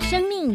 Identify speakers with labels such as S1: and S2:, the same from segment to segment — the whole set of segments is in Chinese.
S1: 生命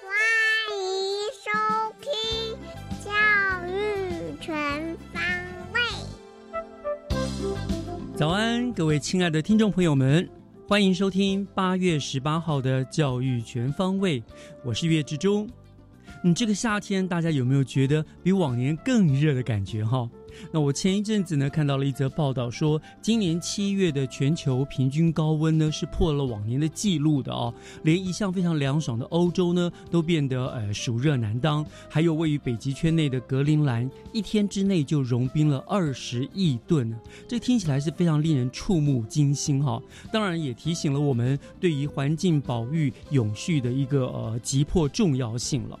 S2: 欢迎收听教育全方位。
S3: 早安，各位亲爱的听众朋友们，欢迎收听八月十八号的《教育全方位》，我是岳志忠。嗯，这个夏天大家有没有觉得比往年更热的感觉哈？那我前一阵子呢看到了一则报道说，今年七月的全球平均高温呢是破了往年的记录的哦，连一向非常凉爽的欧洲呢都变得呃暑热难当，还有位于北极圈内的格陵兰，一天之内就融冰了二十亿吨啊这听起来是非常令人触目惊心哈、当然也提醒了我们对于环境保育永续的一个呃急迫重要性了。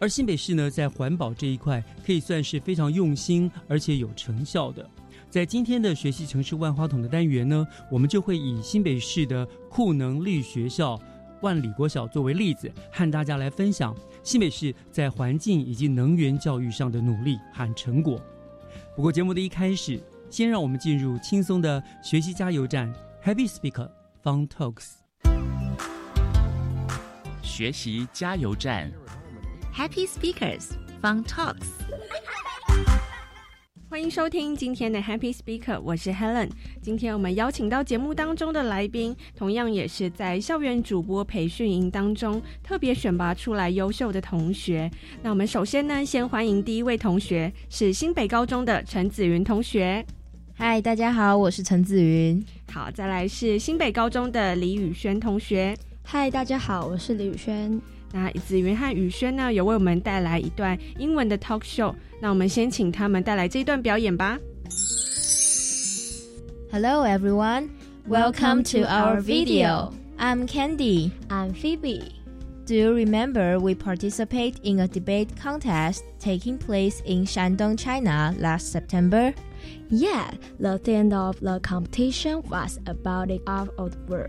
S3: 而新北市呢，在环保这一块可以算是非常用心而且有成效的。在今天的学习城市万花筒的单元呢，我们就会以新北市的库能力学校万里国小作为例子，和大家来分享新北市在环境以及能源教育上的努力和成果。不过节目的一开始，先让我们进入轻松的学习加油站 Happy Speaker Fun Talks。
S4: 学习加油站，
S5: Happy Speakers Fun Talks。
S6: 欢迎收听今天的 Happy Speaker，我是 Helen。今天我们邀请到节目当中的来宾，同样也是在校园主播培训营当中特别选拔出来优秀的同学。那我们首先呢，先欢迎第一位同学是新北高中的陈子云同学。
S7: 嗨，大家好，我是陈子云。
S6: 好，再来是新北高中的李宇轩同学。
S8: 嗨，大家好，我是李宇轩。
S6: 那子云和宇轩呢，有为我们带来一段英文的 talk show。那我们先请他们带来这一段表演吧。
S7: Hello everyone, welcome to our video. I'm Candy.
S8: I'm Phoebe.
S7: Do you remember we participate in a debate contest taking place in Shandong, China last September?
S8: Yeah, the theme of the competition was about the art of war.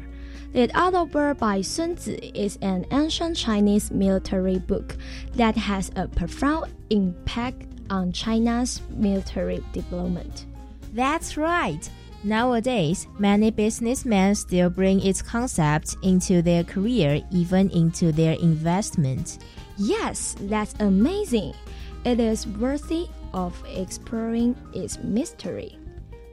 S8: The Art of War by Sun Tzu is an ancient Chinese military book that has a profound impact on China's military development.
S7: That's right. Nowadays, many businessmen still bring its concepts into their career, even into their investment.
S8: Yes, that's amazing. It is worthy of exploring its mystery.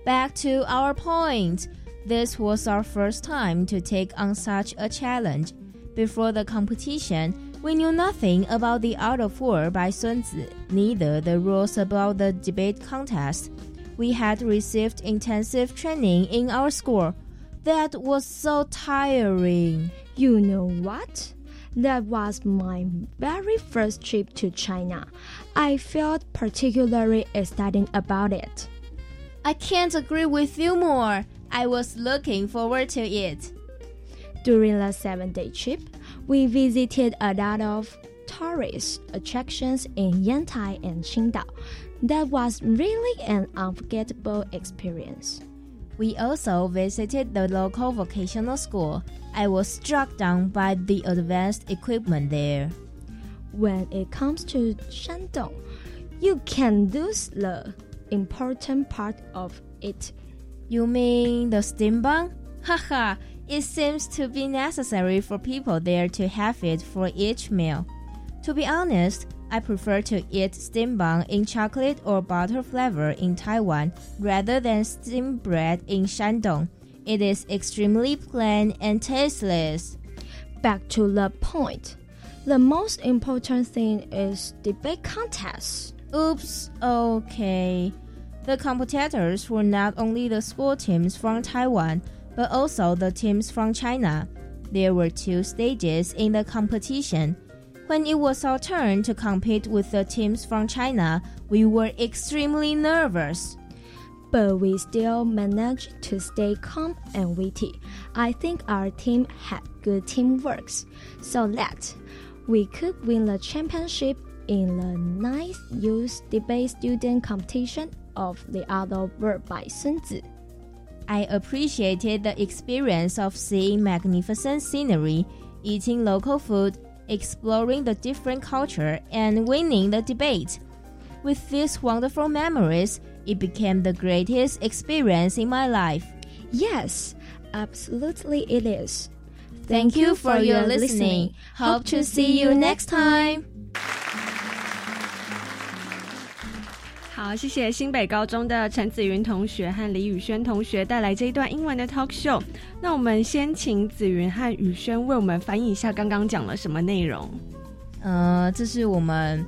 S7: Back to our point. This was our first time to take on such a challenge. Before the competition, we knew nothing about the art of war by Sun Tzu, neither the rules about the debate contest. We had received intensive training in our school. That was so tiring.
S8: You know what? That was my very first trip to China. I felt particularly excited about it.
S7: I can't agree with you more. I was looking forward to it.
S8: During the seven day trip, we visited a lot of tourist attractions in Yantai and Qingdao. That was really an unforgettable experience.
S7: We also visited the local vocational school. I was struck down by the advanced equipment there.
S8: When it comes to Shandong, you can lose the important part of it
S7: You mean the steam bun? Haha, it seems to be necessary for people there to have it for each meal. To be honest, I prefer to eat steam bun in chocolate or butter flavor in Taiwan rather than steam bread in Shandong. It is extremely plain and tasteless.
S8: Back to the point. The most important thing is debate contest.
S7: Oops, okay. The competitors were not only the school teams from Taiwan, but also the teams from China. There were two stages in the competition. When it was our turn to compete with the teams from China, we were extremely nervous.
S8: But we still managed to stay calm and witty. I think our team had good teamwork, so that we could win the championship in the ninth youth debate student competition of the other word by Sun Tzu.
S7: I appreciated the experience of seeing magnificent scenery, eating local food, exploring the different culture, and winning the debate. With these wonderful memories, it became the greatest experience in my life.
S8: Yes, absolutely it is.
S7: Thank, you for your listening. Hope to see you next time.
S6: 好，谢谢新北高中的陈子云同学和李宇轩同学带来这一段英文的 talk show。那我们先请子云和宇轩为我们翻译一下刚刚讲了什么内容。
S7: 呃，这是我们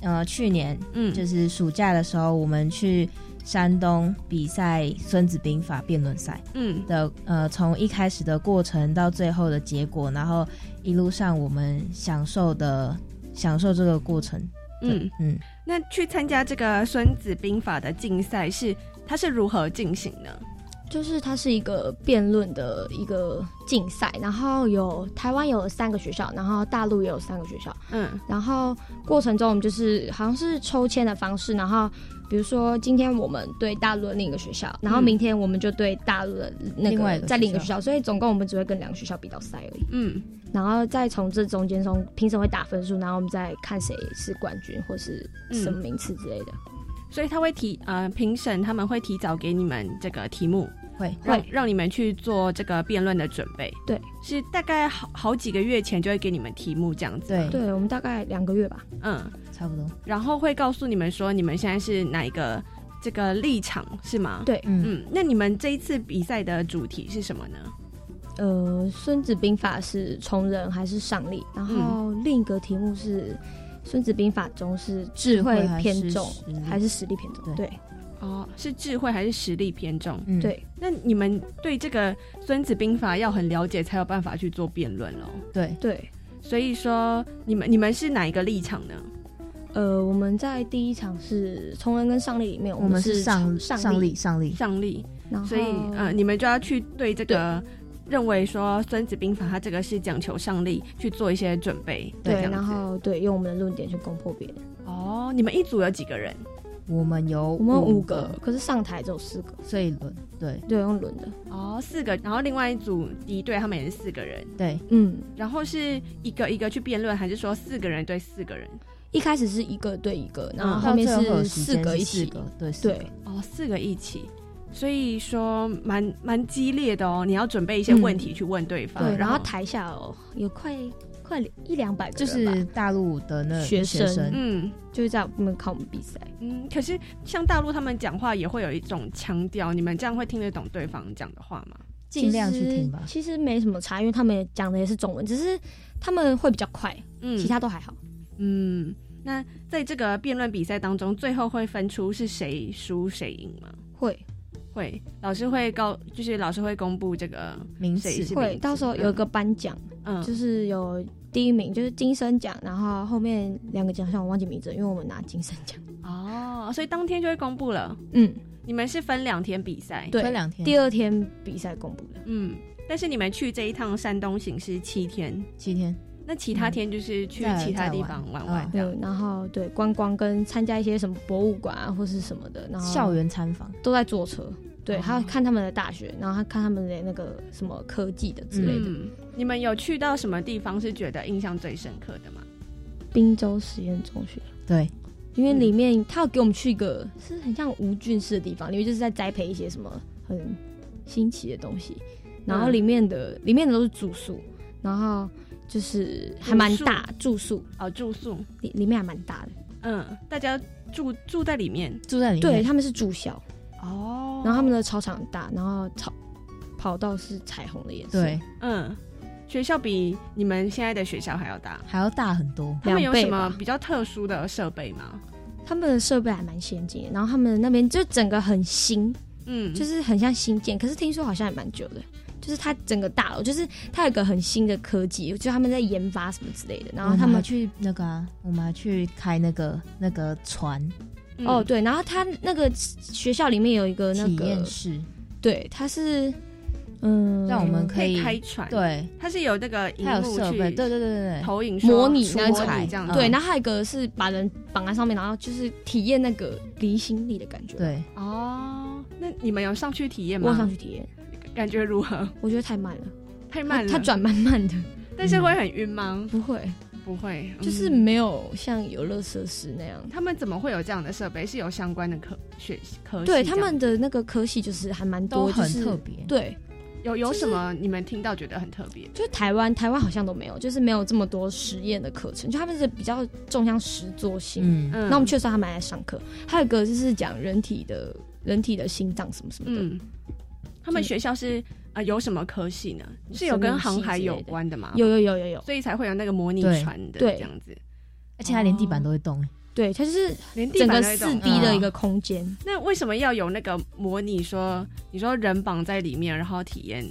S7: 呃去年
S6: 嗯，
S7: 就是暑假的时候，我们去山东比赛《孙子兵法》辩论赛
S6: 嗯
S7: 的呃，从一开始的过程到最后的结果，然后一路上我们享受的享受这个过程。
S6: 嗯，
S7: 嗯，
S6: 那去参加这个《孙子兵法》的竞赛是它是如何进行的？
S8: 就是它是一个辩论的一个竞赛，然后有台湾有三个学校，然后大陆也有三个学校，
S6: 嗯
S8: 然后过程中我们就是好像是抽签的方式，然后比如说今天我们对大陆的另一个学校，然后明天我们就对大陆的那
S7: 另外一个
S8: 在另一个
S7: 学
S8: 学校，所以总共我们只会跟两个学校比到赛而已，
S6: 嗯
S8: 然后再从这中间从评审会打分数，然后我们再看谁是冠军或是什么名次之类的。
S7: 嗯
S6: 所以他会提呃，评审他们会提早给你们这个题目，
S7: 会
S6: 让让你们去做这个辩论的准备。
S8: 对，
S6: 是大概好好几个月前就会给你们题目这样子。
S7: 对，
S8: 对我们大概两个月吧，
S6: 嗯，
S7: 差不多。
S6: 然后会告诉你们说你们现在是哪一个这个立场是吗？
S8: 对，
S7: 嗯，
S6: 嗯，那你们这一次比赛的主题是什么呢？
S8: 呃，《孙子兵法》是崇仁还是尚利？然后另一个题目是《孙子兵法》中是智慧偏重
S7: 智慧还是实力
S8: 还是实力偏重？
S7: 对
S8: 对
S6: 哦，是智慧还是实力偏重？
S7: 嗯，
S8: 对
S6: 那你们对这个《孙子兵法》要很了解，才有办法去做辩论哦。
S7: 对，
S8: 对，
S6: 所以说，你们你们是哪一个立场呢？
S8: 呃，我们在第一场是崇仁跟尚利里面，
S7: 我们是
S8: 是
S7: 上
S8: 上
S7: 上力，上力，
S6: 上立，
S8: 然后
S6: 所以呃，你们就要去对这个认为说《孙子兵法》它这个是讲求上力，去做一些准备。这
S8: 对，
S6: 样子
S8: 然后对，用我们的论点去攻破别人。
S6: 哦，你们一组有几个人？
S7: 我们有
S8: 我们有五个，可是上台只有四个，
S7: 这一轮，对
S8: 对，用轮的。
S6: 哦，四个，然后另外一组敌对他们也是四个人，
S7: 对，
S8: 嗯，
S6: 然后是一个一个去辩论，还是说四个人对四个人？
S8: 一开始是一个对一个，然后
S6: 嗯
S8: 后面
S7: 到最
S8: 是
S7: 的时
S8: 四
S7: 间
S8: 个一
S7: 是
S8: 起
S7: 四，个，对，四
S8: 对
S7: 个，
S6: 哦，四个一起，所以说蛮蛮激烈的哦。你要准备一些问题去问对方，
S8: 嗯对，
S6: 然
S8: 然后台下哦有快快一两百个
S7: 就
S8: 人吧
S7: 是大陆的那
S8: 学
S7: 生，
S8: 生
S6: 嗯
S8: 就是在我们看我们比赛。
S6: 嗯。可是像大陆他们讲话也会有一种腔调，你们这样会听得懂对方讲的话吗？
S7: 尽量去听吧。
S8: 其实。其实没什么差，因为他们也讲的也是中文，只是他们会比较快，
S6: 嗯，
S8: 其他都还好。
S6: 嗯。那在这个辩论比赛当中，最后会分出是谁输谁赢吗？
S8: 会
S6: 会，老师会告，就是老师会公布这个，
S7: 名
S6: 谁是啊
S7: 次，
S8: 会，到时候有一个颁奖，
S6: 嗯，
S8: 就是有第一名就是金声奖，然后后面两个奖项我忘记名字了，因为我们拿金声奖。
S6: 哦，所以当天就会公布了。
S8: 嗯，
S6: 你们是分哎两天比赛，
S8: 对
S7: 分，两天，
S8: 第二天比赛公布的。
S6: 嗯，但是你们去这一趟山东行是七天，
S7: 七天，
S6: 那其他天就是去其他地方玩玩这样。
S8: 对，然后对观光跟参加一些什么博物馆啊或是什么的，然后
S7: 校园参访，
S8: 都在坐车。对，
S6: 哦
S8: 他看他们的大学，然后他看他们的那个什么科技的之类的。
S6: 嗯，你们有去到什么地方是觉得印象最深刻的吗？
S8: 滨州实验中学。
S7: 对，
S8: 因为里面他有给我们去一个是很像无菌室的地方，里面就是在栽培一些什么很新奇的东西，然后里面的、里面的都是住宿，然后就是还蛮大住宿
S6: 哦，住宿，
S8: 里里面还蛮大的，
S6: 嗯，大家住住在里面
S7: 住在里面。
S8: 对，他们是住校，
S6: 哦
S8: 然后他们的操场很大，然后草跑道是彩虹的颜色，
S7: 对，
S6: 嗯，学校比你们现在的学校还要大。
S7: 还要大很多。
S6: 他们有
S8: 两倍
S6: 什么
S8: 吧
S6: 比较特殊的设备吗？
S8: 他们的设备还蛮先进的，然后他们那边就整个很新，
S6: 嗯，
S8: 就是是很像新建，可是听说好像也蛮久的。就是它整个大楼，就是它有一个很新的科技，就他们在研发什么之类的。然后他
S7: 我还
S8: 们
S7: 去那个、啊，我们还去开那个那个船
S6: 嗯
S8: 哦，，对，然后它那个学校里面有一个那
S7: 体验
S8: 个，
S7: 室，
S8: 对，它是嗯，
S7: 让我们
S6: 可
S7: 可
S6: 以
S7: 以
S6: 开船，，
S7: 对，
S6: 它是有那个荧
S7: 它有
S6: 幕
S7: 设
S6: 去
S7: 备，对对对对对，
S6: 投影说
S8: 模拟
S6: 出
S8: 那
S6: 模
S8: 种
S6: 拟这样子，
S8: 对，
S7: 嗯
S8: 然后还有一个是把人绑在上面，然后就是体验那个离心力的感觉。，
S7: 对，
S6: 哦，那你们有上去体验吗？
S8: 我想去体验，
S6: 感觉如何？
S8: 我觉得太慢了，
S6: 太慢了，
S8: 它它转慢 慢的，
S6: 但是会很晕吗？
S8: 嗯不会，
S6: 不会，嗯
S8: 就是没有像游乐设施那样。
S6: 他们怎么会有这样的设备？是有相关的科学科系这
S8: 对
S6: 样？
S8: 他们的那个科系就是还蛮
S7: 都
S8: 多，就
S7: 很
S8: 是
S7: 特别。
S8: 对，
S6: 有有
S8: 就是
S6: 什么你们听到觉得很特别？
S8: 就台湾台湾好像都没有，就是没有这么多实验的课程，就他们是比较重向实作性。
S7: 嗯，
S6: 嗯，
S8: 那我们去的时候他们还来上课，还有一个就是讲人体的人体的心脏什么什么的，
S6: 嗯，他们
S8: 就是
S6: 学校是啊、呃有什么科系呢？是有
S8: 生
S6: 跟
S8: 命
S6: 航
S8: 系
S6: 海
S8: 之
S6: 有
S8: 类的
S6: 关的吗？
S8: 有，有有有有，
S6: 所以才会有那个模拟
S7: 对
S6: 船的
S8: 对
S6: 这样子，
S7: 而且它
S6: 哦
S7: 连地板都会动，
S8: 对，它就是
S6: 连地
S8: 整
S6: 板
S8: 个
S6: 那
S8: 四
S6: 种。
S8: D 的一个空间。
S6: 那为什么要有那个模拟说？你说人绑在里面，然后体验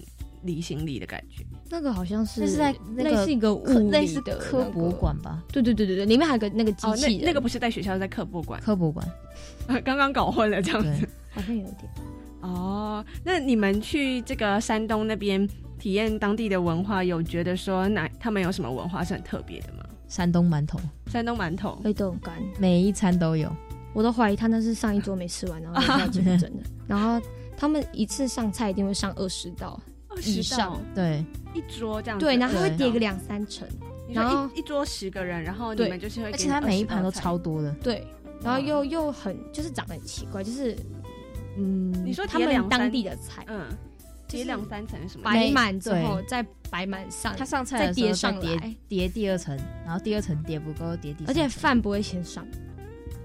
S6: 离心力的感觉？
S8: 那个好像是
S7: 那是在那
S8: 类
S7: 个
S8: 似一个
S7: 科
S8: 物
S7: 类
S8: 理
S7: 似
S8: 的
S7: 科
S8: 那
S7: 博
S8: 个，
S7: 馆吧，
S8: 对对对对对，里面还有个那个机
S6: 哦，那
S8: 器人
S6: 那个不是在学校，在课博馆，
S7: 科博馆，
S6: 刚刚搞混了这样
S7: 对
S6: 子。，
S8: 好像有点。
S6: 哦，那你们去这个山东那边体验当地的文化，有觉得说哪他们有什么文化是很特别的吗？
S7: 山东馒头，
S6: 山东馒头，
S8: 黑豆很哎干，
S7: 每一餐都有，
S8: 我都怀疑他那是上一桌没吃完，然后留下结 婚哦
S6: 哦
S8: 证的。 然后他们一次上菜一定会上二十道，
S6: 二
S8: 以
S6: 十道
S8: 上
S7: 对，
S6: 一桌这样子，
S8: 对，然后会
S7: 对
S8: 叠个两三层，
S6: 你说
S8: 然后
S6: 一一桌十个人，然后哦你
S8: 对
S6: 们就是会
S7: 而
S6: 给
S7: 且
S6: 你20道菜，
S7: 它每一盘都超多的，
S8: 对，然后又又很就是长得很奇怪，就是嗯，
S6: 你说叠
S8: 他们
S6: 两三
S8: 当地的菜
S6: 嗯，
S8: 就
S6: 叠
S8: 是
S6: 两三层什么的，
S8: 摆满之
S7: 对
S8: 后再摆满上，
S7: 它上菜的时
S8: 再
S7: 候
S8: 叠
S7: 再
S8: 上
S7: 叠
S8: 来
S7: 叠第二层，然后第二层叠不够叠第三层，
S8: 而且饭不会先上，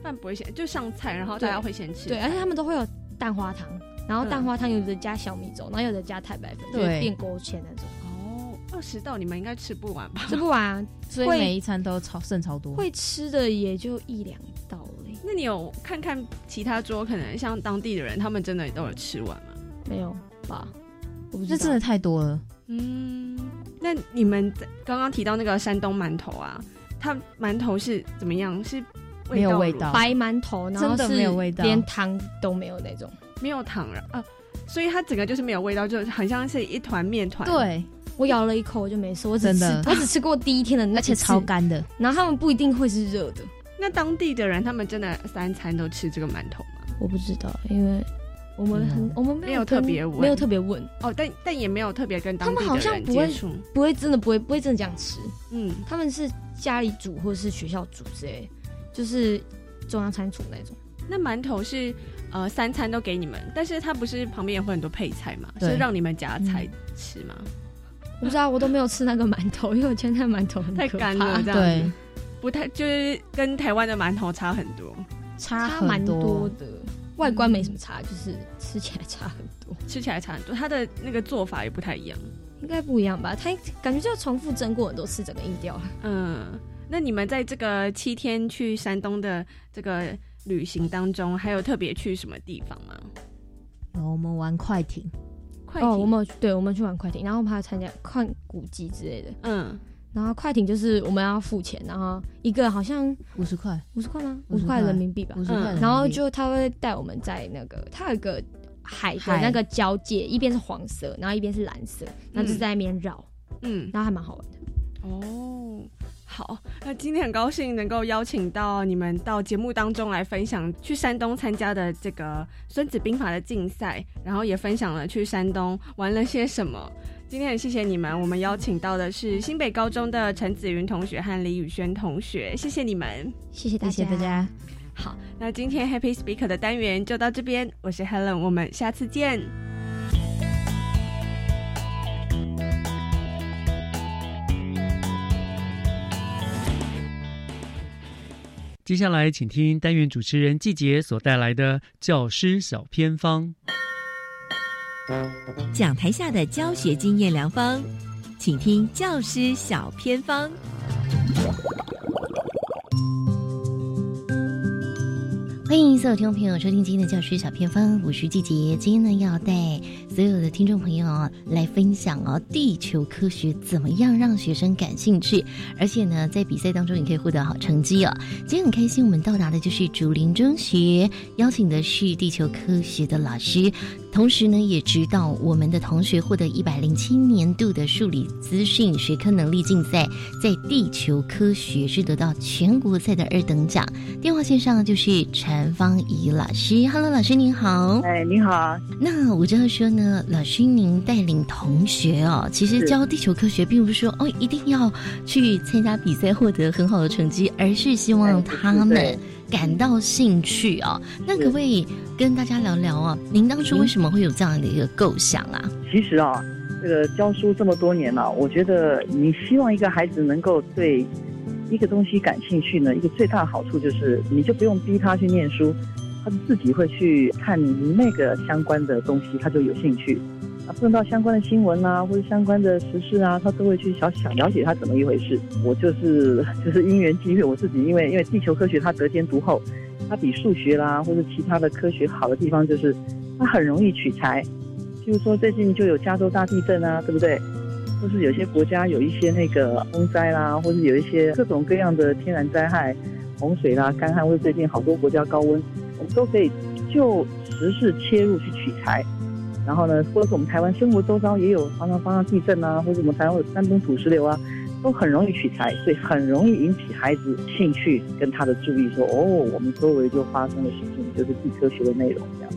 S6: 饭不会先就上菜，然后大家
S8: 对
S6: 会先吃，
S8: 对，而且他们都会有蛋花汤，然后蛋
S6: 嗯
S8: 花汤有的加小米粥，然后有的加太白粉，就是
S7: 对
S8: 变勾芡那种，
S6: 哦，二十道你们应该吃不完吧？
S8: 吃不完啊，
S7: 所以
S8: 会
S7: 每一餐都超剩超多，
S8: 会吃的也就一两道而已，
S6: 那你有看看其他桌，可能像当地的人，他们真的都有吃完吗？
S8: 没有吧？我不
S7: 这
S8: 知
S7: 真
S8: 道
S7: 的，太多了。
S6: 嗯，那你们在刚刚提到那个山东馒头啊，它馒头是怎么样？是
S7: 没有
S6: 如
S7: 味道
S8: 白馒头，然后
S7: 真的
S8: 是
S7: 没有味道
S8: 连汤都没有那种。
S6: 没有糖了啊，所以它整个就是没有味道，就很像是一团面团。，
S7: 对，
S8: 我咬了一口我就没事，我只
S7: 真
S8: 吃
S7: 的
S8: 我只吃过第一天的那
S7: 而且
S8: 一次
S7: 超，干的，
S8: 然后他们不一定会是热的，
S6: 那当地的人他们真的三餐都吃这个馒头吗？
S8: 我不知道，因为我们很、
S7: 嗯
S8: 我们
S6: 没
S8: 没
S6: 有
S8: 有
S6: 特
S8: 跟
S6: 别问
S8: 没有特别问，
S6: 哦，但但也没有特别跟当地
S8: 他们好
S6: 的人
S8: 像不会
S6: 接触。
S8: 不会真的不会不会真的这样吃，
S6: 嗯，
S8: 他们是家里煮或是学校煮之类，就是中央餐厨那种。
S6: 那馒头是呃三餐都给你们，但是它不是旁边也会很多配菜嘛，
S7: 对
S6: 是让你们夹菜吃吗？
S8: 我不知道，我都没有吃那个馒头，因为我觉得那馒头很
S6: 太
S8: 可
S6: 干
S8: 怕
S6: 了，啊这样
S7: 嗯对，
S6: 不太就是跟台湾的馒头差很多，
S7: 差
S8: 差蛮
S7: 很
S8: 多的。外观没什么差，就是吃起来差嗯很多，
S6: 吃起来差很多，它的那个做法也不太一样。
S8: 应该不一样吧？它感觉就重复蒸过很多次，整个硬掉了。
S6: 嗯，那你们在这个七天去山东的这个旅行当中，还有特别去什么地方吗？
S7: 然后哦我们玩快艇，
S6: 快艇，
S8: 哦，我们有去对，我们去玩快艇，然后我们还有参加看古迹之类的。
S6: 嗯，
S8: 然后快艇就是我们要付钱，然后一个好像
S7: 五十块，
S8: 五十块吗？
S7: 50
S8: 五十块人民币吧
S7: 五。
S6: 嗯
S7: 十块人民币，
S8: 然后就他会带我们在那个，它有一个海的
S7: 海
S8: 那个交界，一边是黄色，然后一边是蓝色，然后就在那边绕，
S6: 嗯，
S8: 然后还蛮好玩的。
S6: 哦，好，那今天很高兴能够邀请到你们到节目当中来分享去山东参加的这个《孙子兵法》的竞赛，然后也分享了去山东玩了些什么。今天很谢谢你们，我们邀请到的是新北高中的陈子云同学和李宇轩同学，谢谢你们。
S8: 谢谢大
S7: 谢谢大家，
S6: 好，那今天 Happy Speaker 的单元就到这边，我是 Helen，我们下次见。
S3: 接下来，请听单元主持人季杰所带来的教师小偏方。
S5: 讲台下的教学经验良方，请听教师小偏方。
S1: 欢迎所有听众朋友收听今天的教师小偏方，我是季杰。今天呢，要带所有的听众朋友哦来分享哦，地球科学怎么样让学生感兴趣，而且呢，在比赛当中你可以获得好成绩哦。今天很开心，我们到达的就是竹林中学，邀请的是地球科学的老师，同时呢，也指导我们的同学获得一百零七年度的数理资讯学科能力竞赛，在地球科学是得到全国赛的二等奖。电话线上就是陈芳怡老师，Hello，老师您好。
S9: 哎，你好，
S1: 那我知道说呢，老师您带领同学哦，其实
S9: 是
S1: 教地球科学，并不是说哦一定要去参加比赛获得很好的成绩，而是希望
S9: 哎
S1: 他
S9: 对
S1: 们感到兴趣哦。那可不可以跟大家聊聊啊？您当初为什么会有这样的一个构想啊？
S9: 其实啊，这个教书这么多年了、我觉得你希望一个孩子能够对一个东西感兴趣呢，一个最大的好处就是你就不用逼他去念书，他自己会去看那个相关的东西，他就有兴趣。啊，碰到相关的新闻啊，或者相关的时事啊，他都会去想想了解他怎么一回事。我就是 就是因缘机会，我自己因为因为地球科学它得天独厚，它比数学啦或者其他的科学好的地方就是它很容易取材，譬如说最近就有加州大地震啊，对不对？或是有些国家有一些那个风灾啦，或是有一些各种各样的天然灾害，洪水啦、干旱，或者最近好多国家高温，我们都可以就时事切入去取材。然后呢，或者是我们台湾生活周遭也有常常发生地震啊，或者我们台湾有山崩土石流啊，都很容易取材，所以很容易引起孩子兴趣跟他的注意说，哦，我们周围就发生了事情，就是地科学的内容这样。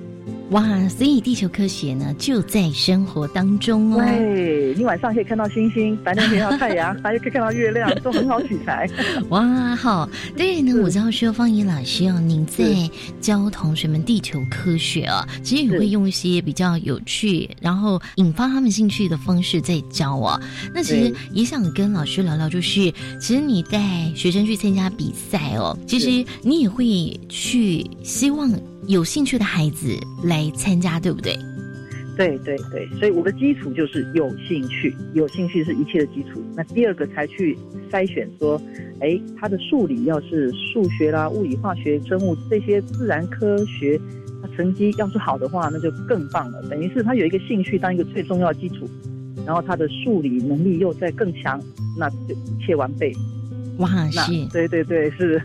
S1: 哇，所以地球科学呢就在生活当中哦。
S9: 对你晚上可以看到星星，白天可以看到太阳，白天可以看到月亮，都很好取材。
S1: 哇，好！当然呢，
S9: 是
S1: 我知道说方怡老师哦，您在
S9: 是
S1: 教同学们地球科学哦，其实也
S9: 是
S1: 会用一些比较有趣，然后引发他们兴趣的方式在教哦。那其实
S9: 对
S1: 也想跟老师聊聊，就是其实你带学生去参加比赛哦，其实你也会去希望有兴趣的孩子来参加，对不对？
S9: 对对对，所以我的基础就是有兴趣，有兴趣是一切的基础。那第二个才去筛选说，哎，他的数理要是数学啦、物理、化学、生物这些自然科学，他成绩要是好的话，那就更棒了。等于是他有一个兴趣当一个最重要的基础，然后他的数理能力又再更强，那就一切完备。
S1: 哇，
S9: 那
S1: 是。
S9: 对对对，是。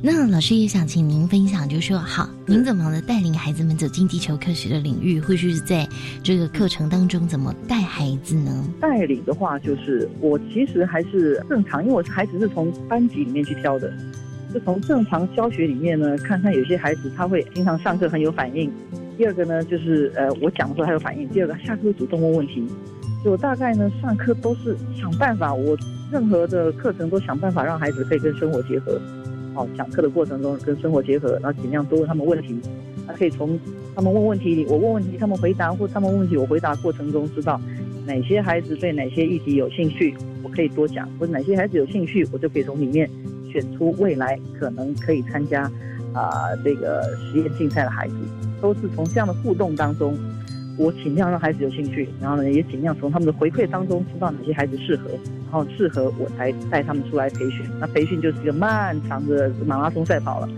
S1: 那老师也想请您分享，就是说，好，您怎么带领孩子们走进地球科学的领域，或是在这个课程当中怎么带孩子呢？
S9: 带领的话，就是我其实还是正常，因为我孩子是从班级里面去挑的，就从正常教学里面呢，看看有些孩子他会经常上课很有反应。第二个呢，就是呃，我讲的时候他有反应；第二个，下课会主动问问题。所以我大概呢，上课都是想办法，我任何的课程都想办法让孩子可以跟生活结合。哦，讲课的过程中跟生活结合，然后尽量多问他们问题，那可以从他们问问题里，我问问题，他们回答，或他们问问题我回答过程中知道哪些孩子对哪些议题有兴趣，我可以多讲；或者哪些孩子有兴趣，我就可以从里面选出未来可能可以参加啊、这个实验竞赛的孩子，都是从这样的互动当中，我尽量让孩子有兴趣，然后呢，也尽量从他们的回馈当中知道哪些孩子适合，然后适合我才带他们出来培训。那培训就是一个漫长的马拉松赛跑了。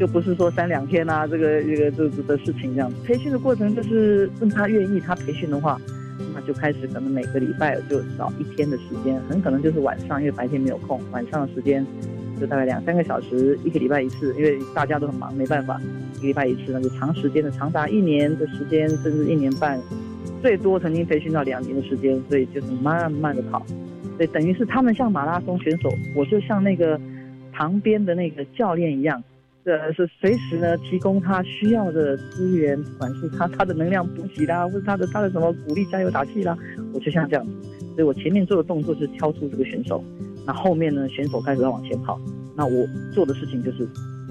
S9: 就不是说三两天啊，这个这个这个的事情这样。培训的过程就是问他愿意，他培训的话，那就开始可能每个礼拜就找一天的时间，很可能就是晚上，因为白天没有空，晚上的时间就大概两三个小时，一个礼拜一次，因为大家都很忙，没办法，一个礼拜一次，那就长时间的，长达一年的时间，甚至一年半，最多曾经培训到两年的时间，所以就是慢慢的跑，所以等于是他们像马拉松选手，我就像那个旁边的那个教练一样。呃，是随时呢提供他需要的资源，不管是他他的能量补给啦，或是他的他的什么鼓励加油打气啦，我就像这样子。所以我前面做的动作是挑出这个选手，那后面呢选手开始要往前跑，那我做的事情就是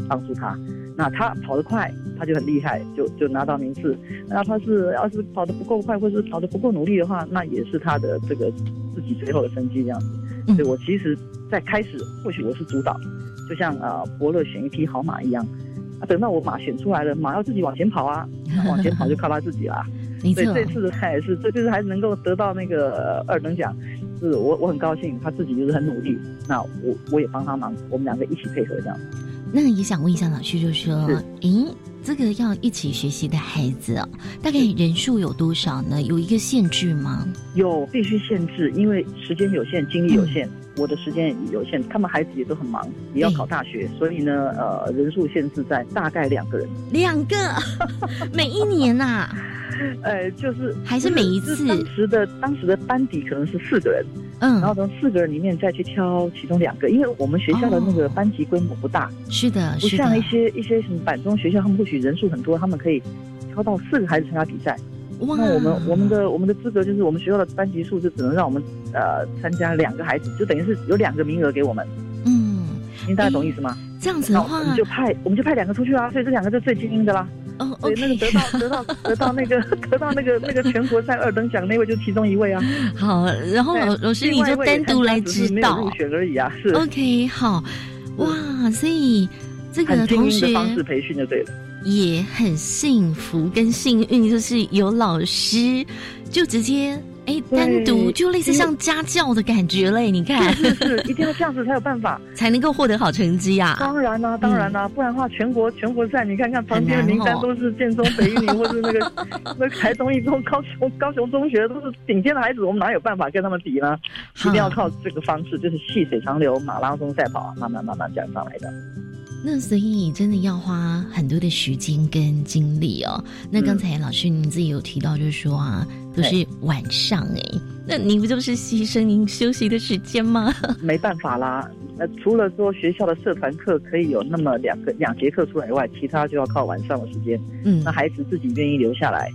S9: 帮助他。那他跑得快，他就很厉害，就就拿到名次。那他是要是跑得不够快，或是跑得不够努力的话，那也是他的这个自己最后的成绩这样子。所以我其实在开始，或许我是主导，就像呃伯乐选一匹好马一样。啊、等到我马选出来了，马要自己往前跑啊，往前跑就靠他自己啦。
S1: 没
S9: 错，这次他也是，这次还是能够得到那个呃二等奖，是我我很高兴，他自己就是很努力，那我我也帮他忙，我们两个一起配合这样。
S1: 那也想问一下老师，就说，诶，这个要一起学习的孩子哦，大概人数有多少呢？有一个限制吗？
S9: 有，必须限制，因为时间有限，精力有限，嗯、我的时间也有限，他们孩子也都很忙，也要考大学，所以呢，呃，人数限制在大概两个人。
S1: 两个， 每一年 呐、啊？
S9: 呃，就是
S1: 还是每一次
S9: 当时的当时的班底可能是四个人，嗯，然后从四个人里面再去挑其中两个，因为我们学校的那个班级规模不大，哦、
S1: 是的，
S9: 不像一些一些什么板中学校，他们或许人数很多，他们可以挑到四个孩子参加比赛。
S1: 哇，
S9: 那我们我们的我们的资格就是我们学校的班级数就只能让我们呃参加两个孩子，就等于是有两个名额给我们。
S1: 嗯，
S9: 您大家懂意思吗？
S1: 这样子的话，
S9: 我们就派我们就派两个出去啊，所以这两个就最精英的啦。
S1: 哦
S9: ，oh, 对，那个得到得到得到那个得到那个那个全国赛二等奖那位就其中一位啊。
S1: 好， 然后老老师你就单独来指导
S9: 入选而已啊。是。
S1: OK，好，哇，所以这个同学
S9: 方式培训就对了。
S1: 也很幸福跟幸运，就是有老师就直接。哎，单独就类似像家教的感觉嘞，你看，
S9: 是是，一定要这样子才有办法，
S1: 才能够获得好成绩呀、
S9: 啊。当然啦、啊，当然啦、啊，嗯、不然的话，全国全国赛，你看看旁边的名单都是建中、北一女，或是那个那台中一中、高雄 高雄中学，都是顶尖的孩子，我们哪有办法跟他们比呢？一定要靠这个方式，就是细水长流，马拉松赛跑，慢慢慢慢这样上来的。
S1: 那所以真的要花很多的时间跟精力哦。那刚才老师您自己有提到，就是说啊，
S9: 嗯
S1: 都是晚上哎、欸，那您不就是牺牲您休息的时间吗？
S9: 没办法啦，呃，除了说学校的社团课可以有那么两个两节课出来以外，其他就要靠晚上的时间。
S1: 嗯，
S9: 那孩子自己愿意留下来，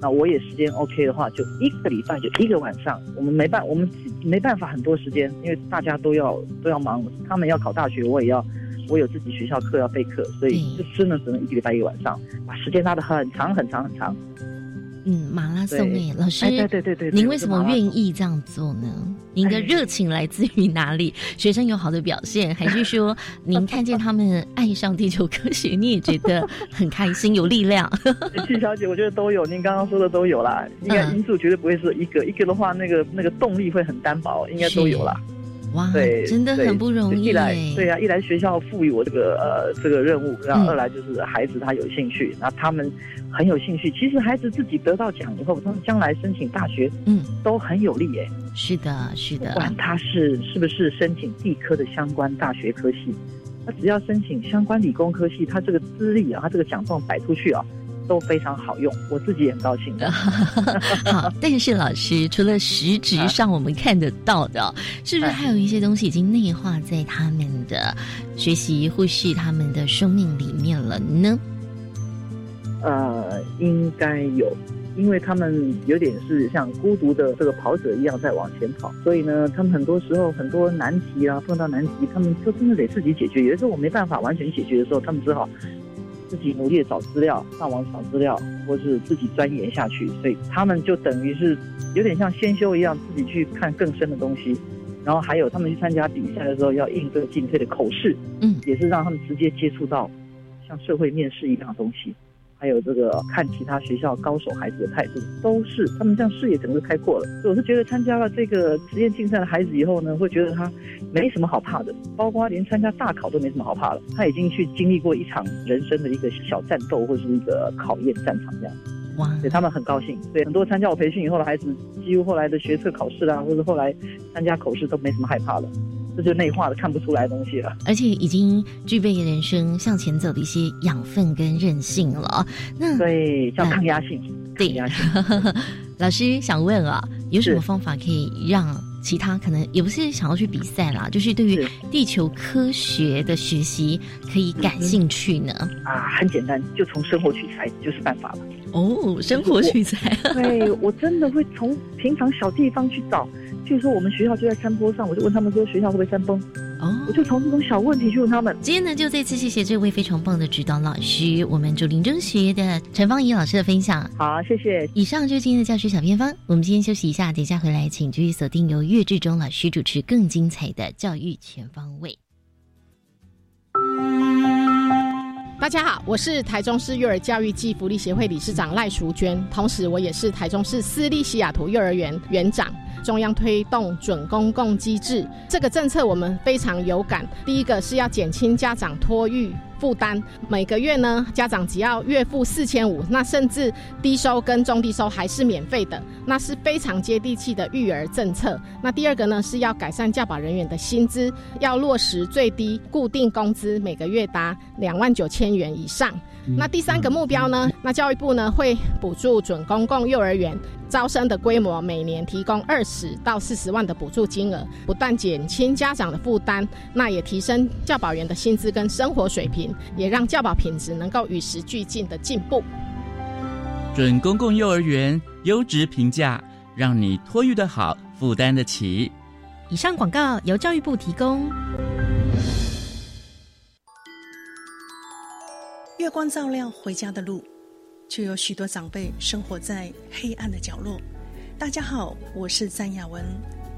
S9: 那我也时间 OK 的话，就一个礼拜就一个晚上，我们没办我们没办法很多时间，因为大家都要都要忙，他们要考大学，我也要。我有自己学校课要备课，所以就真的只能一个礼拜一个晚上，把时间拉得很长很长很长。
S1: 嗯，马拉松哎，老师，
S9: 对对对对，
S1: 您为什么愿意这样做呢？您
S9: 哎
S1: 的热情来自于哪里？ 学生有好的表现，还是 说您看见他们爱上地球科学，你也觉得很开心、有力 量？
S9: 季小姐，我觉得都有，您刚刚说的都有啦。应该因素绝对不会是一个，一个的话，那个那个动力会很单薄，应该都有啦。
S1: 哇，真的很不容易。欸嗯
S9: 一来，对呀、啊，一来学校赋予我这个呃这个任务，然后二来就是孩子他有兴趣，那、嗯、他们很有兴趣。其实孩子自己得到奖以后，他们将来申请大学，
S1: 嗯，
S9: 都很有利耶。
S1: 是的，是的。
S9: 不管他是是不是申请地科的相关大学科系，他只要申请相关理工科系，他这个资历啊，他这个奖状摆出去啊。都非常好用，我自己也很高 兴的。
S1: 好，但是老师，除了实质上我们看得到的，啊、是不是还有一些东西已经内化在他们的学习或是他们的生命里面了呢？
S9: 呃，应该有，因为他们有点是像孤独的这个跑者一样在往前跑，所以呢，他们很多时候很多难题啊，碰到难题，他们就真的得自己解决。有的时候我没办法完全解决的时候，他们只好。自己努力的找资料，上网找资料，或是自己钻研下去，所以他们就等于是有点像先修一样，自己去看更深的东西。然后还有他们去参加比赛的时候，要应对进退的口试，
S1: 嗯，
S9: 也是让他们直接接触到像社会面试一样的东西，还有这个看其他学校高手孩子的态度，都是他们这样视野整个开阔了。所以我是觉得参加了这个职业竞赛的孩子以后呢，会觉得他没什么好怕的，包括连参加大考都没什么好怕的。他已经去经历过一场人生的一个小战斗，或者是一个考验战场这样。
S1: 哇！
S9: 所以他们很高兴。对，很多参加我培训以后的孩子，几乎后来的学测考试啦、啊，或者后来参加口试都没什么害怕了。这就内化的看不出来的东西了，
S1: 而且已经具备人生向前走的一些养分跟韧性了。那
S9: 对叫抗压性，
S1: 对
S9: 抗压性。
S1: 老师想问啊，有什么方法可以让其他可能也不是想要去比赛啦，就是对于地球科学的学习可以感兴趣呢？
S9: 啊，很简单，就从生活取材就是办法了。
S1: 哦，生活取材，
S9: 对我 真的会从平常小地方去找。譬如说，我们学校就在山坡上，我就问他们说，学校会不会山崩？
S1: 哦，
S9: 我就从这种小问题去问他们。
S1: 今天呢，就再次谢谢这位非常棒的指导老师，我们竹林中学的陈芳怡老师的分享。
S9: 好，谢谢。
S1: 以上就是今天的教学小偏方，我们今天休息一下，等一下回来，请继续锁定由岳志忠老师主持更精彩的教育全方位。
S10: 大家好，我是台中市幼儿教育暨福利协会理事长赖淑娟，同时我也是台中市私立西雅图幼儿园园长。中央推动准公共机制这个政策，我们非常有感。第一个是要减轻家长托育。负担每个月呢，家长只要月付四千五，那甚至低收跟中低收还是免费的，那是非常接地气的育儿政策。那第二个呢，是要改善教保人员的薪资，要落实最低固定工资每个月达两万九千元以上。那第三个目标呢，那教育部呢会补助准公共幼儿园招生的规模，每年提供二十到四十万的补助金额，不但减轻家长的负担，那也提升教保员的薪资跟生活水平。也让教保品质能够与时俱进的进步。
S4: 准公共幼儿园优质评价，让你托育的好，负担得起。
S11: 以上广告由教育部提供。
S12: 月光照亮回家的路，却有许多长辈生活在黑暗的角落。大家好，我是詹雅文，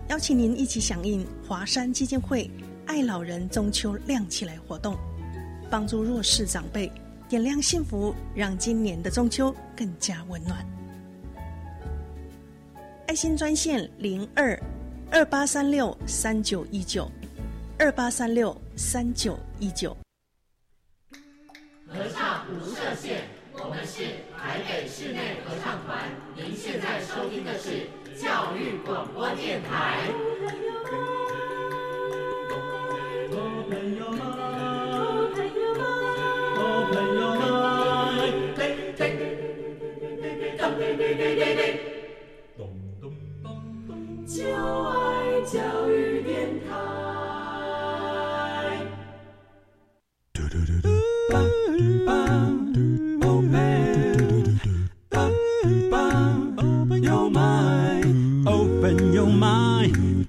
S12: 邀请您一起响应华山基金会“爱老人中秋亮起来”活动。帮助弱势长辈点亮幸福，让今年的中秋更加温暖。爱心专线零二二八三六三九一九二八三六三九一九。
S13: 合唱无设限，我们是台北室内合唱团。您现在收听的是教育广播电台。就爱教育电台。
S14: Open your mind, open your mind，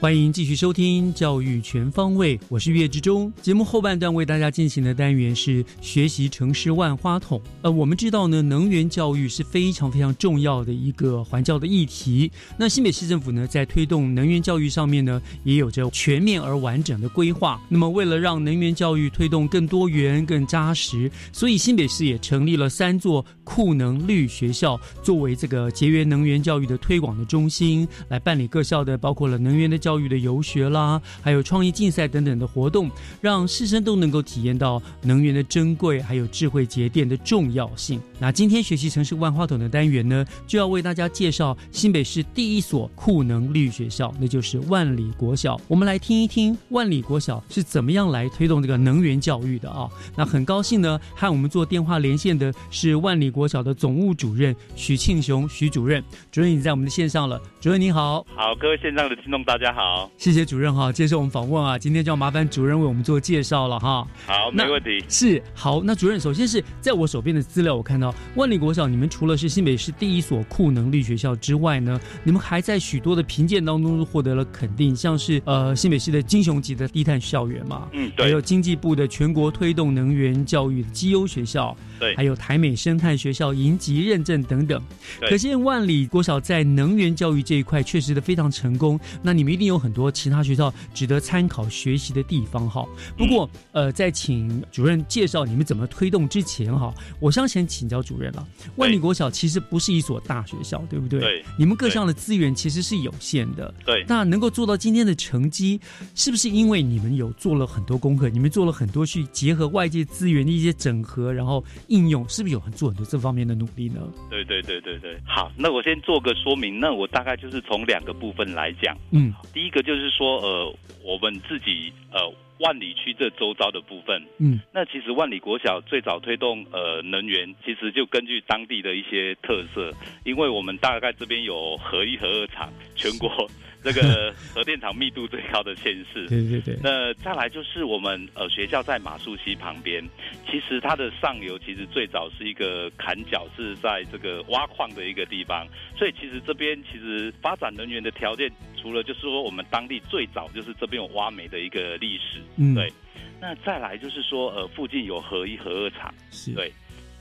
S3: 欢迎继续收听《教育全方位》，我是岳志忠。节目后半段为大家进行的单元是“学习城市万花筒”。呃，我们知道呢，能源教育是非常非常重要的一个环教的议题。那新北市政府呢，在推动能源教育上面呢，也有着全面而完整的规划。那么，为了让能源教育推动更多元、更扎实，所以新北市也成立了三座库能绿学校，作为这个节约能源教育的推广的中心，来办理各校的包括了能源。的教育的游学啦，还有创意竞赛等等的活动，让师生都能够体验到能源的珍贵，还有智慧节电的重要性。那今天学习城市万花筒的单元呢，就要为大家介绍新北市第一所库能绿学校，那就是万里国小。我们来听一听万里国小是怎么样来推动这个能源教育的啊。那很高兴呢，和我们做电话连线的是万里国小的总务主任许庆雄，许主任，主任已经在我们的线上了，主任你好，
S15: 好，各位线上的听众大。大家好，
S3: 谢谢主任哈，接受我们访问啊，今天就要麻烦主任为我们做介绍了哈。
S15: 好，没问题。
S3: 是好，那主任首先是在我手边的资料，我看到万里国小，你们除了是新北市第一所库能力学校之外呢，你们还在许多的评鉴当中获得了肯定，像是呃新北市的金雄级的低碳校园嘛，
S15: 嗯，对，
S3: 还有经济部的全国推动能源教育绩优学校，
S15: 对，
S3: 还有台美生态学校银级认证等等。
S15: 可
S3: 见万里国小在能源教育这一块确实的非常成功。那你们。一定有很多其他学校值得参考学习的地方哈。不过，
S15: 嗯
S3: 呃，在请主任介绍你们怎么推动之前哈，我想先请教主任了。万里国小其实不是一所大学校，对不对？
S15: 对。
S3: 你们各项的资源其实是有限的。
S15: 对。
S3: 那能够做到今天的成绩，是不是因为你们有做了很多功课？你们做了很多去结合外界资源的一些整合，然后应用，是不是有做很多这方面的努力呢？
S15: 对对对对对。好，那我先做个说明。那我大概就是从两个部分来讲。
S3: 嗯。
S15: 第一个就是说，呃，我们自己呃万里区这周遭的部分，
S3: 嗯，
S15: 那其实万里国小最早推动呃能源，其实就根据当地的一些特色，因为我们大概这边有核一、核二厂，全国 这个核电厂密度最高的县市，
S3: 对对对。
S15: 那再来就是我们呃学校在马术溪旁边，其实它的上游其实最早是一个砍脚，是在这个挖矿的一个地方，所以其实这边其实发展能源的条件，除了就是说我们当地最早就是这边有挖煤的一个历史，
S3: 嗯，
S15: 对。那再来就是说，呃，附近有核一、核二厂，
S3: 是
S15: 对。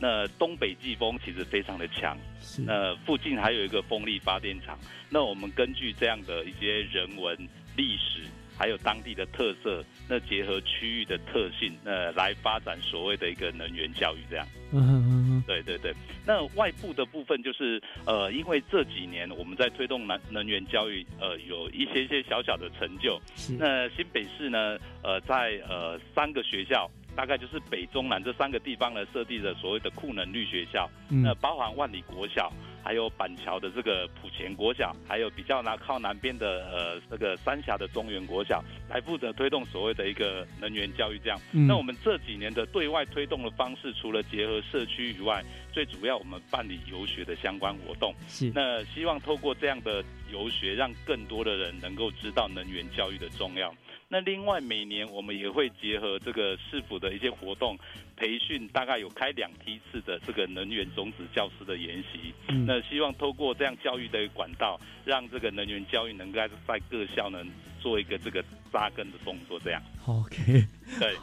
S15: 那东北季风其实非常的强，
S3: 是
S15: 那附近还有一个风力发电厂。那我们根据这样的一些人文历史，还有当地的特色，那结合区域的特性，那来发展所谓的一个能源教育这样。
S3: 嗯哼嗯哼。
S15: 对对对，那外部的部分就是呃，因为这几年我们在推动能能源教育，呃，有一些些小小的成就是那新北市呢，呃，在呃三个学校，大概就是北中南这三个地方呢，设立了所谓的库能绿学校，
S3: 嗯
S15: 那包含万里国小。还有板桥的这个普前国小，还有比较南靠南边的呃这个三峡的中原国小，来负责推动所谓的一个能源教育。这样，
S3: 嗯
S15: 那我们这几年的对外推动的方式，除了结合社区以外，最主要我们办理游学的相关活动。
S3: 是
S15: 那希望透过这样的游学，让更多的人能够知道能源教育的重要。那另外每年我们也会结合这个市府的一些活动培训，大概有开两批次的这个能源种子教师的研习。
S3: 嗯
S15: 那希望透过这样教育的管道，让这个能源教育能够在各校能做一个这个扎根的动作。这样，
S3: OK，
S15: 对。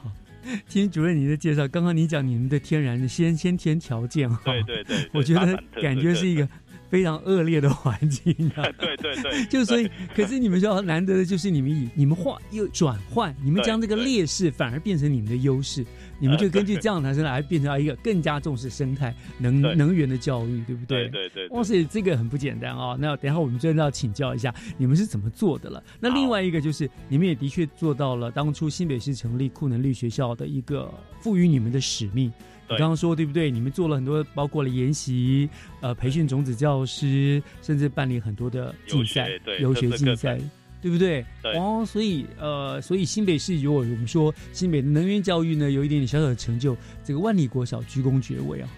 S3: 听主任您的介绍，刚刚你讲你们的天然的先先天条件哈，
S15: 对对对对
S3: 我觉
S15: 发
S3: 得
S15: 展特色
S3: 感觉是一个非常恶劣的环境、啊，
S15: 对对对，
S3: 就所以，可是你们说难得的就是你们以你们换又转换，你们将这个劣势反而变成你们的优势，你们就根据这样的来变成一个更加重视生态能
S15: 对
S3: 能源的教育，对不对？
S15: 对对对对
S3: 哇塞，这个很不简单哦。那等一下我们真的要请教一下你们是怎么做的了。那另外一个就是你们也的确做到了当初新北市成立库能绿学校的一个赋予你们的使命。你
S15: 对
S3: 刚刚说对不对？你们做了很多，包括了研习、呃培训种子教师，甚至办理很多的竞赛
S15: 游学、对
S3: 游学
S15: 各自各
S3: 竞赛
S15: 本，
S3: 对不对？
S15: 对
S3: 哦，所以呃，所以新北市如果我们说新北的能源教育呢，有一点点小小的成就，这个万里国小鞠躬绝 尾啊。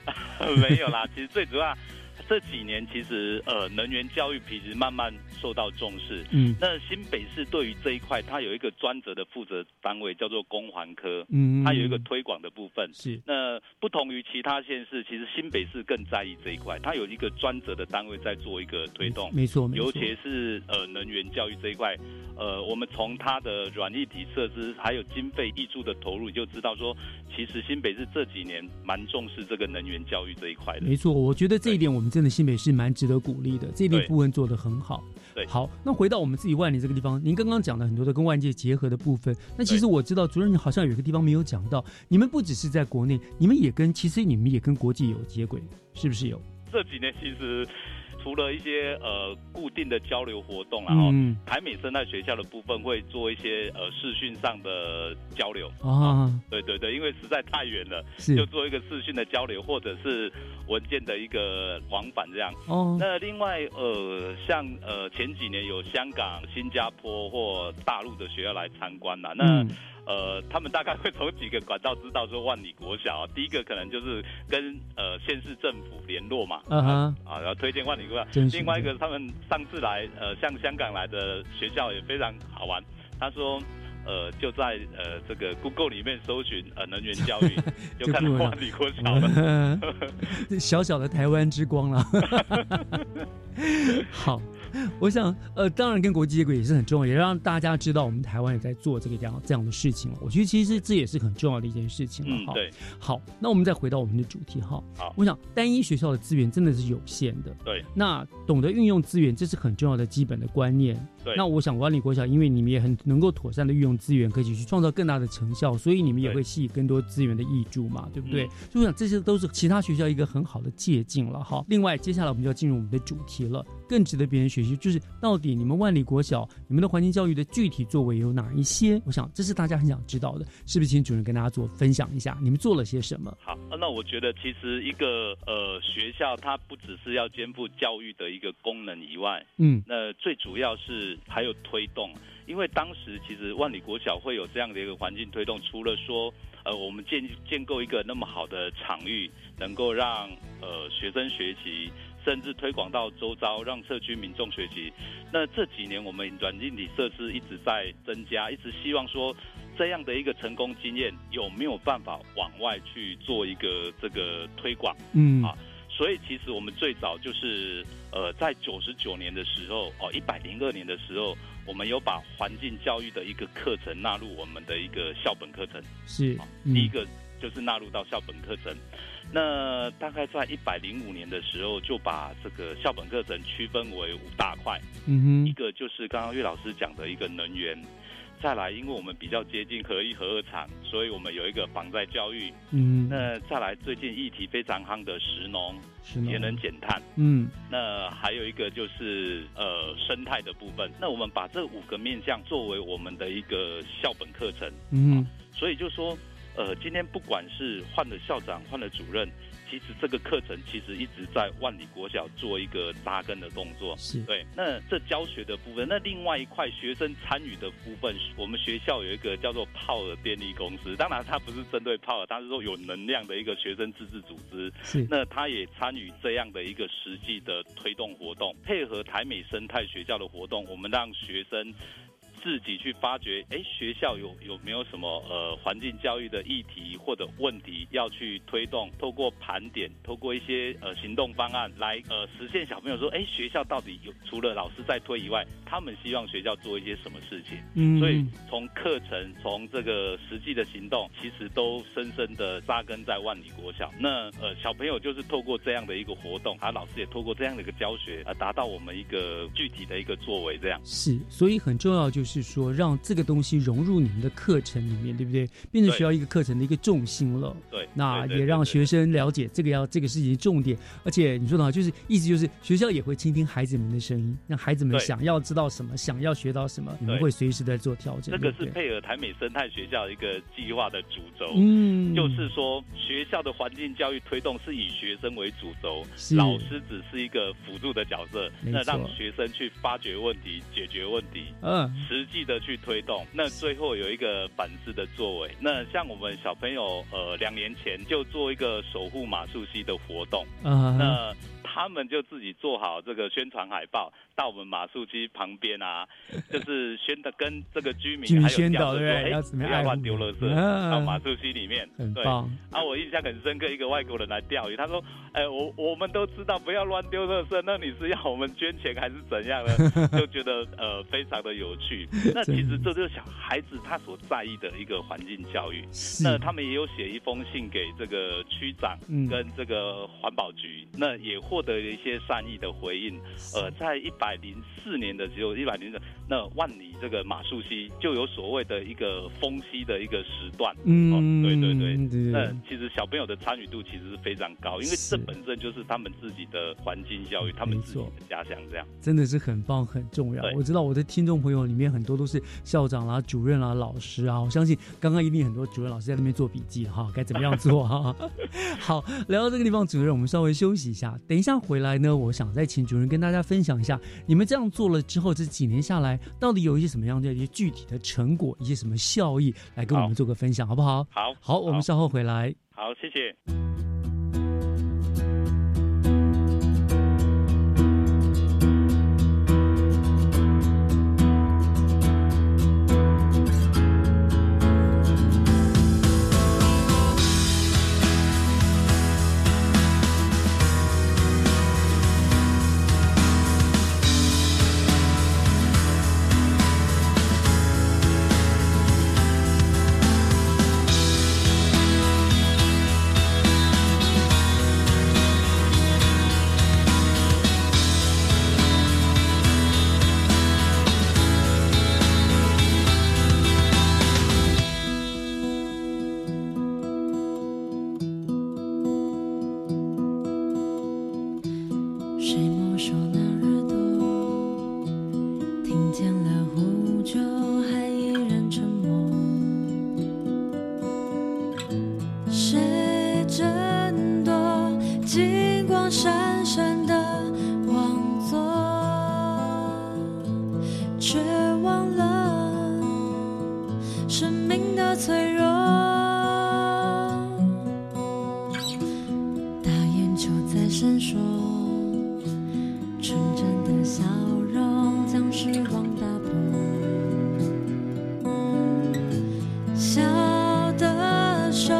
S15: 没有啦，其实最主要。这几年其实呃，能源教育其实慢慢受到重视。
S3: 嗯
S15: 那新北市对于这一块，它有一个专责的负责单位，叫做公环科。
S3: 嗯
S15: 它有一个推广的部分。
S3: 是
S15: 那不同于其他县市，其实新北市更在意这一块，它有一个专责的单位在做一个推动。
S3: 没错没错
S15: 尤其是呃能源教育这一块，呃，我们从它的软硬体设施还有经费挹注的投入，你就知道说，其实新北市这几年蛮重视这个能源教育这一块的。
S3: 没错，我觉得这一点我们真的新北市蛮值得鼓励的，这一点
S15: 对
S3: 部分做得很好。
S15: 对
S3: 好，那回到我们自己万里这个地方，您刚刚讲了很多的跟外界结合的部分。那其实我知道主任好像有一个地方没有讲到，你们不只是在国内，你们也跟其实你们也跟国际有接轨，是不是有？
S15: 这几年其实除了一些呃固定的交流活动啦，然后、
S3: 嗯
S15: 台美生态学校的部分会做一些呃视讯上的交流。哦
S3: 啊，
S15: 对对对，因为实在太远了，
S3: 是
S15: 就做一个视讯的交流，或者是文件的一个往返这样。
S3: 哦
S15: 那另外呃，像呃前几年有香港、新加坡或大陆的学校来参观啊啦，那、
S3: 嗯
S15: 呃，他们大概会从几个管道知道说万里国小、第一个可能就是跟呃县市政府联络嘛，
S3: 啊哈
S15: 啊，然后推荐万里国小
S3: 真。是，
S15: 另外一个，他们上次来，呃，像香港来的学校也非常好玩。他说，呃，就在呃这个 Google 里面搜寻呃能源教育 就
S3: 就
S15: 看到
S3: 不
S15: 万里国小 了。
S3: 这小小的台湾之光 了。好，我想，呃，当然跟国际接轨也是很重要，也让大家知道我们台湾也在做这个这样这样的事情了。我觉得其实这也是很重要的一件事情了。
S15: 嗯
S3: 哈
S15: 对。
S3: 好，那我们再回到我们的主题哈。
S15: 好
S3: 我想单一学校的资源真的是有限的。
S15: 对
S3: 那懂得运用资源，这是很重要的基本的观念。
S15: 对
S3: 那我想管理国小，因为你们也很能够妥善的运用资源，可以去创造更大的成效，所以你们也
S15: 对
S3: 会吸引更多资源的益注嘛，对不对？
S15: 嗯
S3: 所以我想这些都是其他学校一个很好的借鉴了哈。另外，接下来我们就要进入我们的主题了，更值得别人学习，就是到底你们万里国小你们的环境教育的具体作为有哪一些？我想这是大家很想知道的，是不是？请主任跟大家做分享一下，你们做了些什么？
S15: 好，呃那我觉得其实一个呃学校，它不只是要肩负教育的一个功能以外，
S3: 嗯
S15: 那最主要是还有推动，因为当时其实万里国小会有这样的一个环境推动，除了说呃我们建建构一个那么好的场域，能够让呃学生学习。甚至推广到周遭，让社区民众学习。那这几年我们软硬体设施一直在增加，一直希望说这样的一个成功经验有没有办法往外去做一个这个推广？
S3: 嗯
S15: 啊，所以其实我们最早就是呃，在九十九年的时候，哦，一百零二年的时候，我们有把环境教育的一个课程纳入我们的一个校本课程。
S3: 是嗯
S15: 第一个就是纳入到校本课程。那大概在一百零五年的时候，就把这个校本课程区分为五大块。
S3: 嗯哼
S15: 一个就是刚刚岳老师讲的一个能源，再来，因为我们比较接近合一合二厂，所以我们有一个防灾教育。
S3: 嗯
S15: 那再来，最近议题非常夯的食农、
S3: 食农
S15: 节能减碳。
S3: 嗯
S15: 那还有一个就是呃生态的部分。那我们把这五个面向作为我们的一个校本课程。
S3: 嗯
S15: 所以就说，呃，今天不管是换了校长、换了主任，其实这个课程其实一直在万里国小做一个扎根的动作。
S3: 是
S15: 对。那这教学的部分，那另外一块学生参与的部分，我们学校有一个叫做泡尔电力公司，当然它不是针对泡尔，它是说有能量的一个学生自治组织。
S3: 是
S15: 那它也参与这样的一个实际的推动活动，配合台美生态学校的活动，我们让学生。自己去发掘，哎，学校有有没有什么呃环境教育的议题或者问题要去推动？透过盘点，透过一些呃行动方案来呃实现小朋友说，哎，学校到底有除了老师在推以外，他们希望学校做一些什么事情？
S3: 嗯
S15: 所以从课程，从这个实际的行动，其实都深深的扎根在万里国小。那呃小朋友就是透过这样的一个活动，啊，老师也透过这样的一个教学，啊，达到我们一个具体的一个作为这样。
S3: 是，所以很重要就是说，让这个东西融入你们的课程里面，对不对？变成
S15: 对
S3: 学校一个课程的一个重心了。
S15: 对
S3: 那
S15: 对对
S3: 也让学生了解这个要这个事情的重点，而且你说的好，就是意思就是学校也会倾听孩子们的声音，让孩子们
S15: 对
S3: 想要知道什么，想要学到什么，你们
S15: 对
S3: 会随时在做调
S15: 这
S3: 整。
S15: 个
S3: 对
S15: 是
S3: 不对
S15: 配合台美生态学校一个计划的主轴，
S3: 嗯
S15: 就是说学校的环境教育推动是以学生为主轴
S3: 是，
S15: 老师只是一个辅助的角色，
S3: 没
S15: 那
S3: 错
S15: 让学生去发掘问题、解决问题，
S3: 嗯
S15: 实际的去推动，那最后有一个反思的作为。那像我们小朋友，呃，两年前就做一个守护马术溪的活动，
S3: 啊
S15: 那他们就自己做好这个宣传海报，到我们马术机旁边 啊，就是宣的跟这个居
S3: 居
S15: 民
S3: 民
S15: 还有
S3: 宣
S15: 教
S3: 导
S15: 授
S3: 对不对
S15: 说，
S3: 要
S15: 哎，
S3: 怎么样
S15: 不要
S3: 爱
S15: 乱
S3: 护
S15: 丢垃
S3: 嗯
S15: 圾到马术机里面，
S3: 很
S15: 对。
S3: 棒
S15: 啊，我印象很深刻，一个外国人来钓鱼，他说，哎，我我们都知道不要乱丢垃圾，那你是要我们捐钱还是怎样 呢？就觉得呃非常的有趣。那其实这就是小孩子他所在意的一个环境教育。那他们也有写一封信给这个区长
S3: 嗯
S15: 跟这个环保局，那也获得了一些善意的回应。呃，在一百零四年的时候，一百零那万里这个马术溪就有所谓的一个风溪的一个时段。
S3: 嗯、
S15: 对对对，
S16: 嗯
S3: 对
S15: 那其实小朋友的参与度其实是非常高，因为
S3: 是
S15: 这本身就是他们自己的环境教育，他们自己的家乡这样。
S3: 真的是很棒很重要
S15: 对。
S3: 我知道我的听众朋友里面很多都是校长啦、主任啦、老师啊，我相信刚刚一定很多主任老师在那边做笔记哈， 该怎么样做哈。 好，聊到这个地方，主任，我们稍微休息一下，等一下回来呢，我想再请主任跟大家分享一下，你们这样做了之后，这几年下来到底有一些什么样的一些具体的成果，一些什么效益，来跟我们做个分享，好不好？
S15: 好
S3: 好，我们稍后回来。
S15: 好，谢谢。
S16: 谁没收那耳朵？听见了呼救，还依然沉默。谁争夺金光闪闪的往左，却忘了生命的脆弱。大眼球在闪烁。纯真的笑容将失望打破。小的手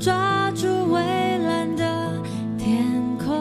S16: 抓住蔚蓝的天空，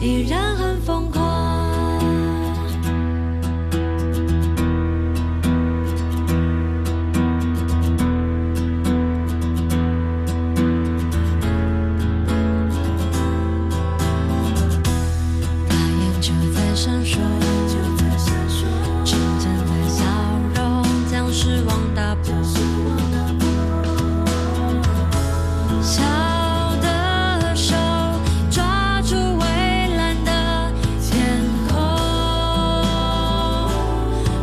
S16: 依然很疯狂。大雁就在闪烁，纯真的笑容将失望打破。小的手抓住蔚蓝的天空，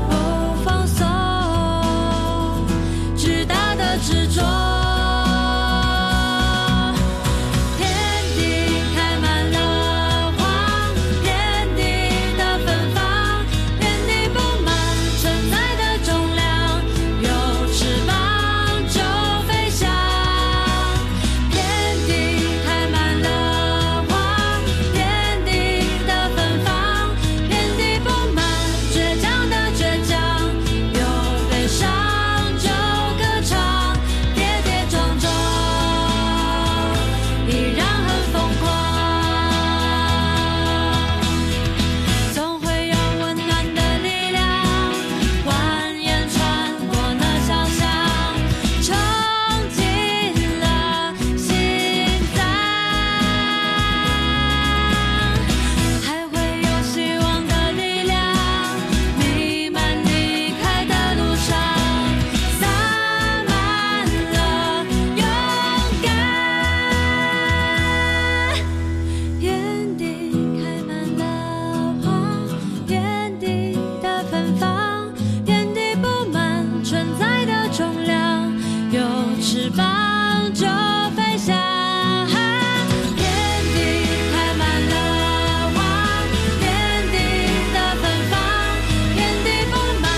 S16: 不放松，巨大的执着。天地开满了花，天地的芬芳，天地布满存在的重量，有翅膀就飞翔。天地开满了花，天地的芬芳，天地布满倔强的倔强，有悲伤就歌唱，跌跌撞撞。依然很疯狂，总会有温暖的力量蜿蜒穿过那想象，冲进了心脏，还会有希望的力量弥漫离开的路上，洒满了勇敢。天地开满了花，天地的芬芳，天地布满存在的重量，有翅膀就飞翔。天地开满了花，天地的芬芳，天地布满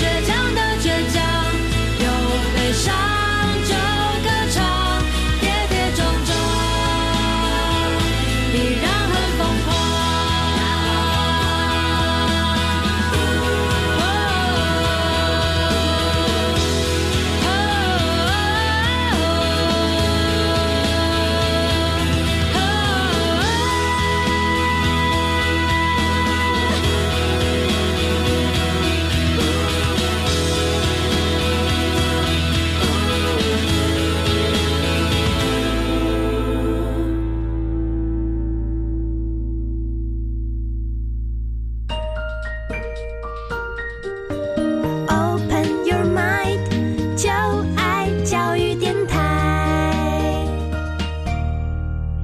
S16: 倔强的倔强，有悲伤就歌唱，跌跌撞撞。依然很疯
S17: Open your mind，就爱教育电台。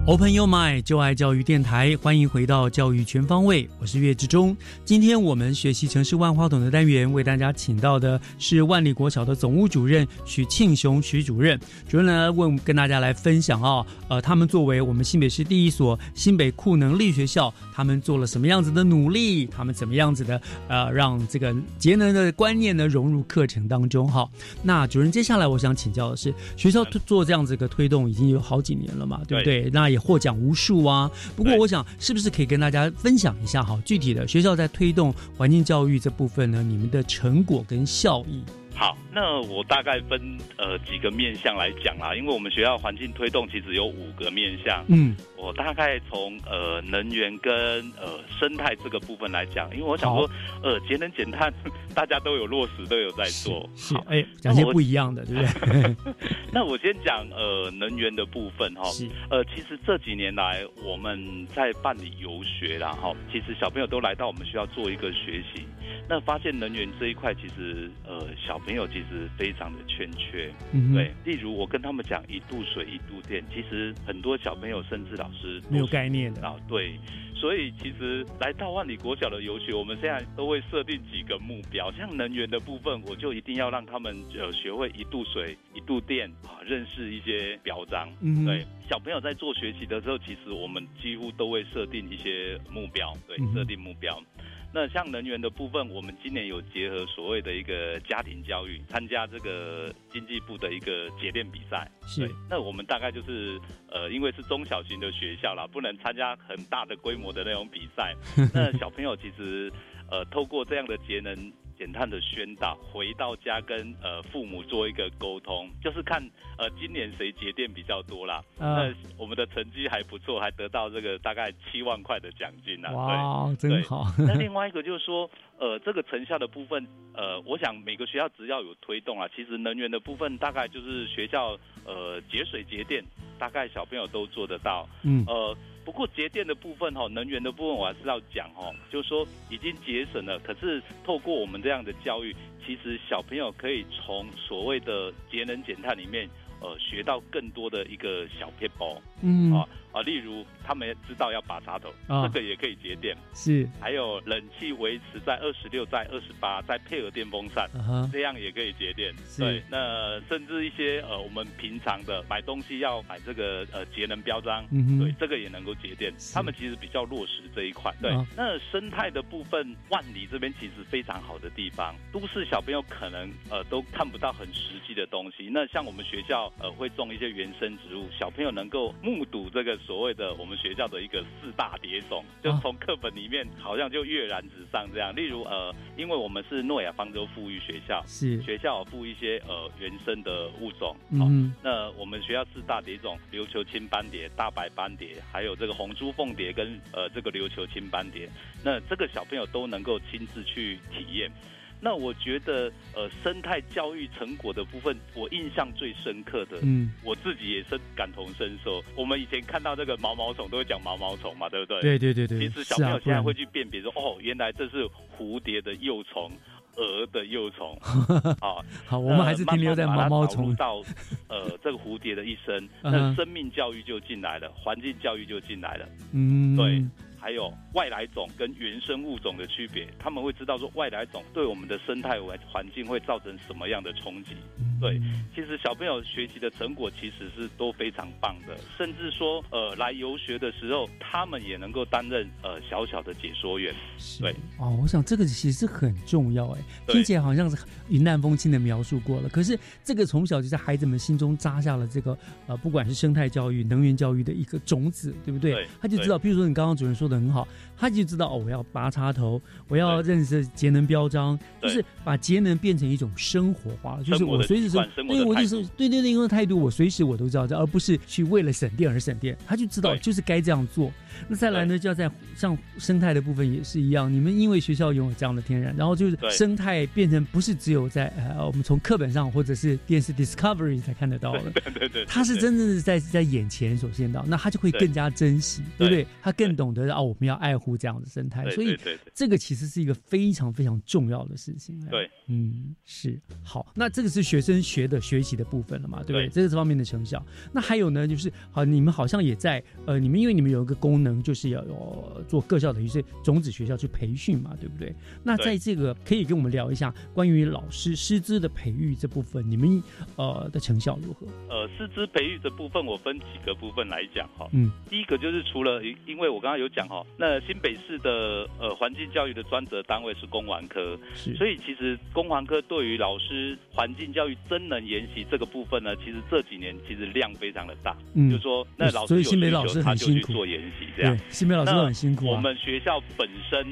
S3: Open Your Mind 就爱教育电台，欢迎回到教育全方位，我是岳志忠。今天我们学习城市万花筒的单元，为大家请到的是万里国小的总务主任许庆雄许主任。主任呢问跟大家来分享啊、呃，他们作为我们新北市第一所新北库能力学校，他们做了什么样子的努力？他们怎么样子的呃，让这个节能的观念呢融入课程当中哈？那主任，接下来我想请教的是，学校推做这样子一个推动已经有好几年了嘛，对不对？
S15: 对
S3: 那也获奖无数啊。不过我想，是不是可以跟大家分享一下哈，具体的学校在推动环境教育这部分呢，你们的成果跟效益？
S15: 好，那我大概分呃几个面向来讲啦，因为我们学校环境推动其实有五个面向，
S3: 嗯，
S15: 我大概从呃能源跟呃生态这个部分来讲，因为我想
S3: 好
S15: 说，呃节能减碳大家都有落实，都有在做。
S3: 是，哎，讲些
S15: 那我
S3: 不一样的，对 不对？
S15: 那我先讲呃能源的部分哈
S3: 是，
S15: 呃其实这几年来我们在办理游学啦哈，其实小朋友都来到我们学校做一个学习，那发现能源这一块其实呃小朋友其实非常的欠缺，
S3: 嗯哼
S15: 对，例如我跟他们讲一度水一度电，其实很多小朋友甚至老师
S3: 没有概念的
S15: 啊，对。所以其实来到万里国小的游学，我们现在都会设定几个目标，像能源的部分，我就一定要让他们呃学会一度水、一度电啊，认识一些表彰。
S3: 嗯
S15: 对，小朋友在做学习的时候，其实我们几乎都会设定一些目标，对
S3: 嗯，哼
S15: 设定目标。那像能源的部分，我们今年有结合所谓的一个家庭教育，参加这个经济部的一个节电比赛。
S3: 是。
S15: 那我们大概就是呃，因为是中小型的学校啦，不能参加很大的规模的那种比赛 那小朋友其实呃，透过这样的节能减碳的宣导，回到家跟呃父母做一个沟通，就是看呃今年谁节电比较多啦。
S3: 啊
S15: 那我们的成绩还不错，还得到这个大概七万块的奖金呢、
S3: 哇
S15: 对，
S3: 真
S15: 对
S3: 好
S15: 那另外一个就是说，呃，这个成效的部分，呃，我想每个学校只要有推动啊，其实能源的部分大概就是学校呃节水节电，大概小朋友都做得到。
S3: 嗯
S15: 呃。不过节电的部分哈、哦，能源的部分我还是要讲哦，就是说已经节省了，可是透过我们这样的教育，其实小朋友可以从所谓的节能减碳里面，呃，学到更多的一个小撇步。
S3: 嗯
S15: 啊啊，例如他们知道要拔插头，
S3: 啊
S15: 这个也可以节电。
S3: 是
S15: 还有冷气维持在二十六、在二十八，再配合电风扇
S3: 啊哈
S15: 这样也可以节电。
S3: 是
S15: 对，那甚至一些呃，我们平常的买东西要买这个呃节能标章，
S3: 嗯哼
S15: 对，这个也能够节电。他们其实比较落实这一块。对，
S3: 啊
S15: 那生态的部分，万里这边其实非常好的地方，都市小朋友可能呃都看不到很实际的东西。那像我们学校呃会种一些原生植物，小朋友能够目睹这个所谓的我们学校的一个四大蝶种，就从课本里面好像就跃然纸上这样。例如呃，因为我们是诺亚方舟富裕学校，
S3: 是
S15: 学校有附一些呃原生的物种，
S3: 嗯
S15: 那我们学校四大蝶种：琉球青斑蝶、大白斑蝶，还有这个红珠凤蝶跟呃这个琉球青斑蝶。那这个小朋友都能够亲自去体验。那我觉得，呃，生态教育成果的部分，我印象最深刻的，
S3: 嗯
S15: 我自己也深感同身受。我们以前看到这个毛毛虫，都会讲毛毛虫嘛，对不对？
S3: 对对对对
S15: 其实小
S3: 是啊
S15: 朋友
S3: 不
S15: 现
S3: 然
S15: 在会去辨别说，哦，原来这是蝴蝶的幼虫，蛾的幼 虫。啊，
S3: 好我们还是停留在
S15: 慢慢把它
S3: 毛毛
S15: 导入
S3: 虫
S15: 到呃这个蝴蝶的一生，
S3: 嗯
S15: 那生命教育就进来了，环境教育就进来了。
S3: 嗯，
S15: 对，还有外来种跟原生物种的区别，他们会知道说外来种对我们的生态环环境会造成什么样的冲击。
S3: 嗯
S15: 对，其实小朋友学习的成果其实是都非常棒的，甚至说呃来游学的时候，他们也能够担任呃小小的解说员。对，
S3: 哦，我想这个其实很重要哎，
S15: 对
S3: 听起来好像是云淡风轻的描述过了，可是这个从小就在孩子们心中扎下了这个呃，不管是生态教育、能源教育的一个种子，对不对？
S15: 对
S3: 他就知道，譬如说你刚刚主任说的很好，他就知道哦，我要拔插头，我要认识节能标章，就
S15: 对
S3: 是把节能变成一种生活化，就是
S15: 生活
S3: 我
S15: 的
S3: 随时
S15: 习
S3: 生
S15: 惯，生活
S3: 对
S15: 的
S3: 我
S15: 态
S3: 就是
S15: 度
S3: 对对对，因为态度我随时我都知道这，而不是去为了省电而省电，他就知道
S15: 对
S3: 就是该这样做。那再来呢，就要在像生态的部分也是一样，你们因为学校拥有这样的天然，然后就是
S15: 对
S3: 生态变成不是只有在呃我们从课本上或者是 电视 Discovery 才看得到的，
S15: 对对对，
S3: 他是真正是在在眼前所见到，那他就会
S15: 对
S3: 更加珍惜，对不
S15: 对
S3: 对？他更懂得哦，我们要爱护这样的生态，
S15: 对
S3: 所以
S15: 对对对
S3: 这个其实是一个非常非常重要的事情。
S15: 对，
S3: 嗯，是好，那这个是学生学的学习的部分了嘛，对不对？
S15: 对
S3: 这个是方面的成效。那还有呢，就是好，你们好像也在呃，你们因为你们有一个功能，就是要有做各校的一些种子学校去培训嘛，对不对？那在
S15: 对
S3: 这个可以跟我们聊一下关于老师师资的培育这部分，你们呃的成效如何？
S15: 呃，师资培育的部分，我分几个部分来讲哈。
S3: 嗯，
S15: 第一个就是除了因因为我刚刚有讲哈，那新北市的呃环境教育的专责单位是公环科，
S3: 是
S15: 所以其实公环科对于老师环境教育真能研习这个部分呢，其实这几年其实量非常的大，
S3: 嗯
S15: 就说那老师
S3: 所
S15: 有
S3: 以
S15: 需
S3: 新北老师
S15: 求他
S3: 很
S15: 就去
S3: 辛苦
S15: 做研习这样
S3: 对，新北老师都很辛苦啊
S15: 那我们学校本身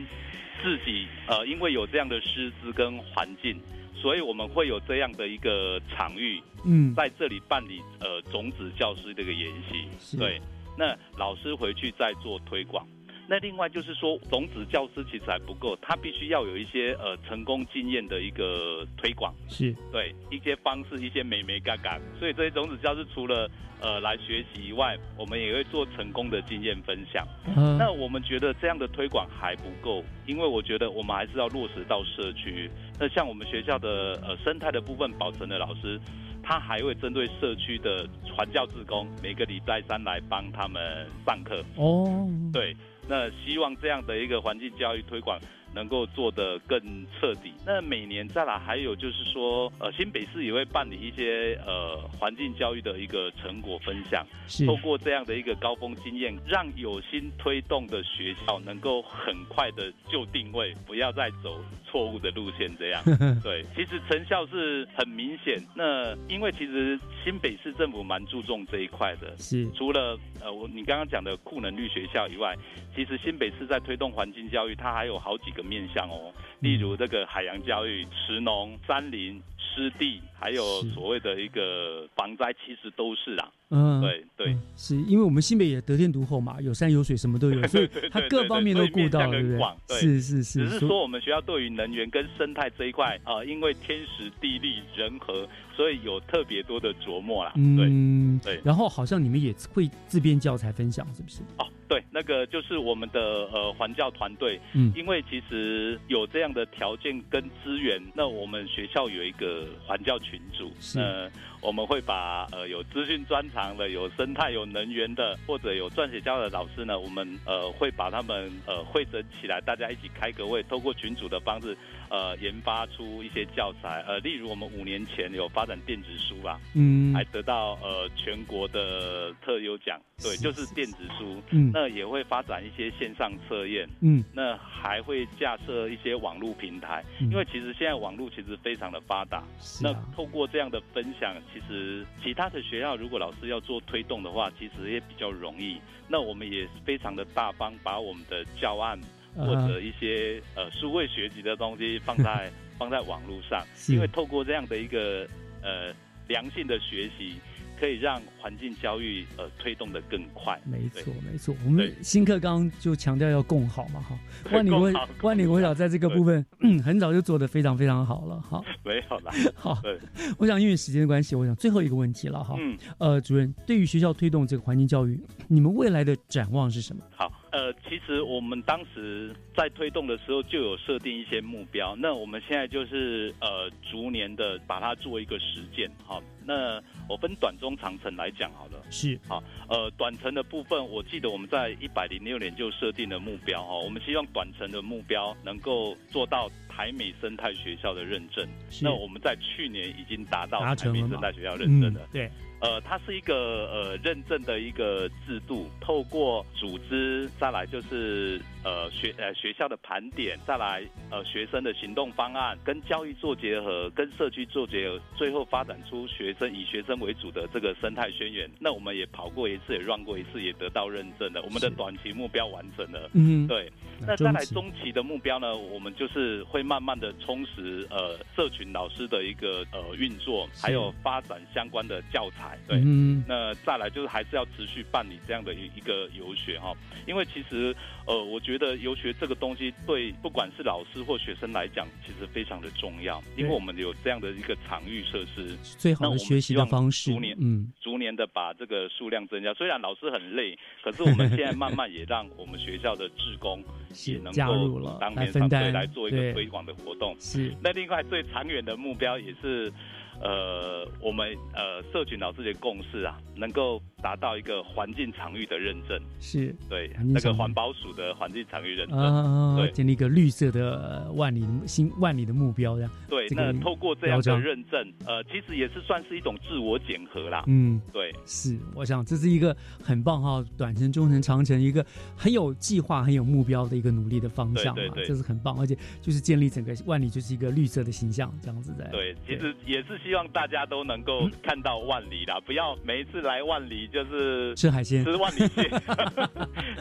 S15: 自己呃，因为有这样的师资跟环境。所以我们会有这样的一个场域，
S3: 嗯
S15: 在这里办理呃种子教师这个研习，对，那老师回去再做推广。那另外就是说，种子教师其实还不够，他必须要有一些呃成功经验的一个推广，
S3: 是
S15: 对一些方式、一些美眉嘎嘎。所以这些种子教师除了呃来学习以外，我们也会做成功的经验分享。
S3: 嗯
S15: 那我们觉得这样的推广还不够，因为我觉得我们还是要落实到社区。那像我们学校的呃生态的部分，保存的老师，他还会针对社区的传教志工，每个礼拜三来帮他们上课。
S3: 哦，
S15: 对，那希望这样的一个环境教育推广能够做得更彻底。那每年再来，还有就是说，呃，新北市也会办理一些呃环境教育的一个成果分享
S3: 是，
S15: 透过这样的一个高峰经验，让有心推动的学校能够很快的就定位，不要再走错误的路线。这样，对，其实成效是很明显。那因为其实新北市政府蛮注重这一块的，
S3: 是
S15: 除了呃我你刚刚讲的库能绿学校以外，其实新北市在推动环境教育，它还有好几个个面向哦，例如这个海洋教育、池农、山林、湿地，还有所谓的一个防灾，其实都是啊。
S3: 嗯
S15: 对对
S3: 嗯，是因为我们新北也得天独厚嘛，有山有水，什 么都有，所以它各方面都顾到，
S15: 对对对所以面向
S3: 对不
S15: 很
S3: 对
S15: 广？对
S3: 是是是，
S15: 只是
S3: 所以
S15: 说我们学校对于能源跟生态这一块啊、呃因为天时地利人和，所以有特别多的琢磨啦。
S3: 嗯，
S15: 啊对
S3: 然后好像你们也会自编教材分享，是不是？
S15: 哦，对，那个就是我们的呃环教团队，
S3: 嗯
S15: 因为其实有这样的条件跟资源，那我们学校有一个环教群组，
S3: 是
S15: 呃，我们会把呃有资讯专长的、有生态、有能源的，或者有撰写教的老师呢，我们呃会把他们呃汇整起来，大家一起开个会，透过群组的方式，呃，研发出一些教材，呃，例如我们五年前有发展电子书啊，
S3: 嗯
S15: 还得到呃全国的特优奖，对，就是电子书，
S3: 嗯
S15: 那也会发展一些线上测验，
S3: 嗯
S15: 那还会架设一些网络平台，
S3: 嗯
S15: 因为其实现在网络其实非常的发达，
S3: 是
S15: 那
S3: 啊
S15: 透过这样的分享，其实其他的学校如果老师要做推动的话，其实也比较容易。那我们也非常的大方，把我们的教案
S3: 嗯
S15: 或者一些呃数位学习的东西放在 放在网络上，
S3: 是
S15: 因为透过这样的一个呃良性的学习，可以让环境教育呃推动的更快。
S3: 没错
S15: 对，
S3: 没错。我们新课纲就强调要共好嘛，哈。万里国
S15: 共好
S3: 万里国小在这个部分，嗯，很早就做得非常非常好 了，哈。
S15: 没有啦。
S3: 好
S15: 对，
S3: 我想因为时间的关系，我想最后一个问题了，哈。
S15: 嗯。
S3: 呃，主任，对于学校推动这个环境教育，你们未来的展望是什么？
S15: 好，呃，其实我们当时在推动的时候就有设定一些目标，那我们现在就是呃逐年的把它做一个实践。好，那我分短、中、长程来讲好了。
S3: 是
S15: 好，呃，短程的部分，我记得我们在一百零六年就设定了目标哈、哦，我们希望短程的目标能够做到台美生态学校的认证。
S3: 是
S15: 那我们在去年已经达到
S3: 达
S15: 台
S3: 成
S15: 美
S3: 了
S15: 生
S3: 吗
S15: 态学校认证
S3: 嗯
S15: 了。
S3: 对，
S15: 呃，它是一个呃认证的一个制度，透过组织，再来就是呃学呃学校的盘点，再来呃学生的行动方案，跟教育做结合，跟社区做结合，最后发展出学生以学生为主的这个生态宣言。那我们也跑过一次，也 run 过一次，也得到认证了。我们的短期目标完成了，
S3: 嗯
S15: 对。
S3: 那
S15: 那再来
S3: 中期
S15: 中期的目标呢，我们就是会慢慢的充实呃社群老师的一个呃运作，还有发展相关的教材。对，
S3: 嗯
S15: 那再来就是还是要持续办理这样的一一个游学哈、因为其实呃，我觉得游学这个东西对不管是老师或学生来讲，其实非常的重要，因为我们有这样的一个场域设施，
S3: 最好
S15: 那我们
S3: 的学习
S15: 希
S3: 的
S15: 望
S3: 方式
S15: 逐年，
S3: 嗯，
S15: 逐年的把这个数量增加。 虽然老师很累，可是我们现在慢慢也让我们学校的志工也能
S3: 加入
S15: 够
S3: 了
S15: 当
S3: 来
S15: 面
S3: 分
S15: 上
S3: 担
S15: 对来做一
S3: 对
S15: 个推广的活动。
S3: 是
S15: 那另外最长远的目标也是，呃，我们呃社群老师的共识啊，能够达到一个环境场域的认证。
S3: 是
S15: 对
S3: 环，境
S15: 那个
S3: 场域
S15: 环保署的环境场域认证。
S3: 啊，
S15: 对
S3: 建立一个绿色的呃万里新万里的目标，这样。
S15: 对，
S3: 啊这个
S15: 那透过这样
S3: 标
S15: 的
S3: 章，
S15: 认证，呃，其实也是算是一种自我检核啦。
S3: 嗯，
S15: 对，
S3: 是，我想这是一个很棒哈、短程、中程、长程一个很有计划、很有目标的一个努力的方向嘛，啊
S15: 对对对
S3: 这是很棒，而且就是建立整个万里就是一个绿色的形象，这样子在。
S15: 对，其实也是希望大家都能
S3: 嗯
S15: 够看到万里啦，不要每一次来万里就是
S3: 吃海鲜
S15: 吃万里 蟹。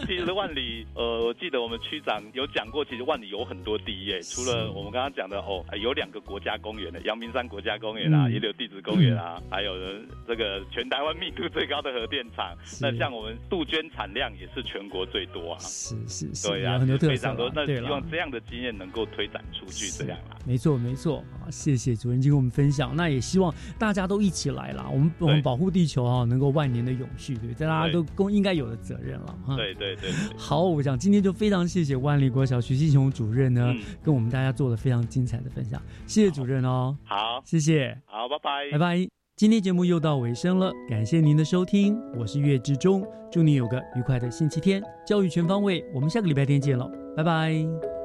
S15: 其实万里，呃，我记得我们区长有讲过，其实万里有很多地耶，除了我们刚刚讲的哦，呃有两个国家公园的，阳明山国家公园啊，
S3: 嗯
S15: 也有地质公园啊，还有呢这个全台湾密度最高的核电厂。那像我们杜鹃产量也是全国最多啊。
S3: 是是是，
S15: 对
S3: 有
S15: 啊，
S3: 很多特
S15: 非
S3: 色
S15: 常多
S3: 啦。
S15: 那
S3: 对
S15: 希
S3: 啦
S15: 望这样的经验能够推展出去，这样啦。
S3: 没错，没错，好，谢谢主任今天跟我们分享。那也希望大家都一起来啦，我们我们保护地球啊，能够万年的永续，对不对？大家都共应该有的责任了哈。
S15: 对对对。
S3: 好，我想今天就非常谢谢万里国小徐继雄主任呢，
S15: 嗯
S3: 跟我们大家做了非常精彩的分享，谢谢主任哦，
S15: 好，
S3: 谢谢，
S15: 好，拜拜，
S3: 拜拜。今天节目又到尾声了，感谢您的收听，我是岳志忠，祝您有个愉快的星期天，教育全方位，我们下个礼拜天见喽，拜拜。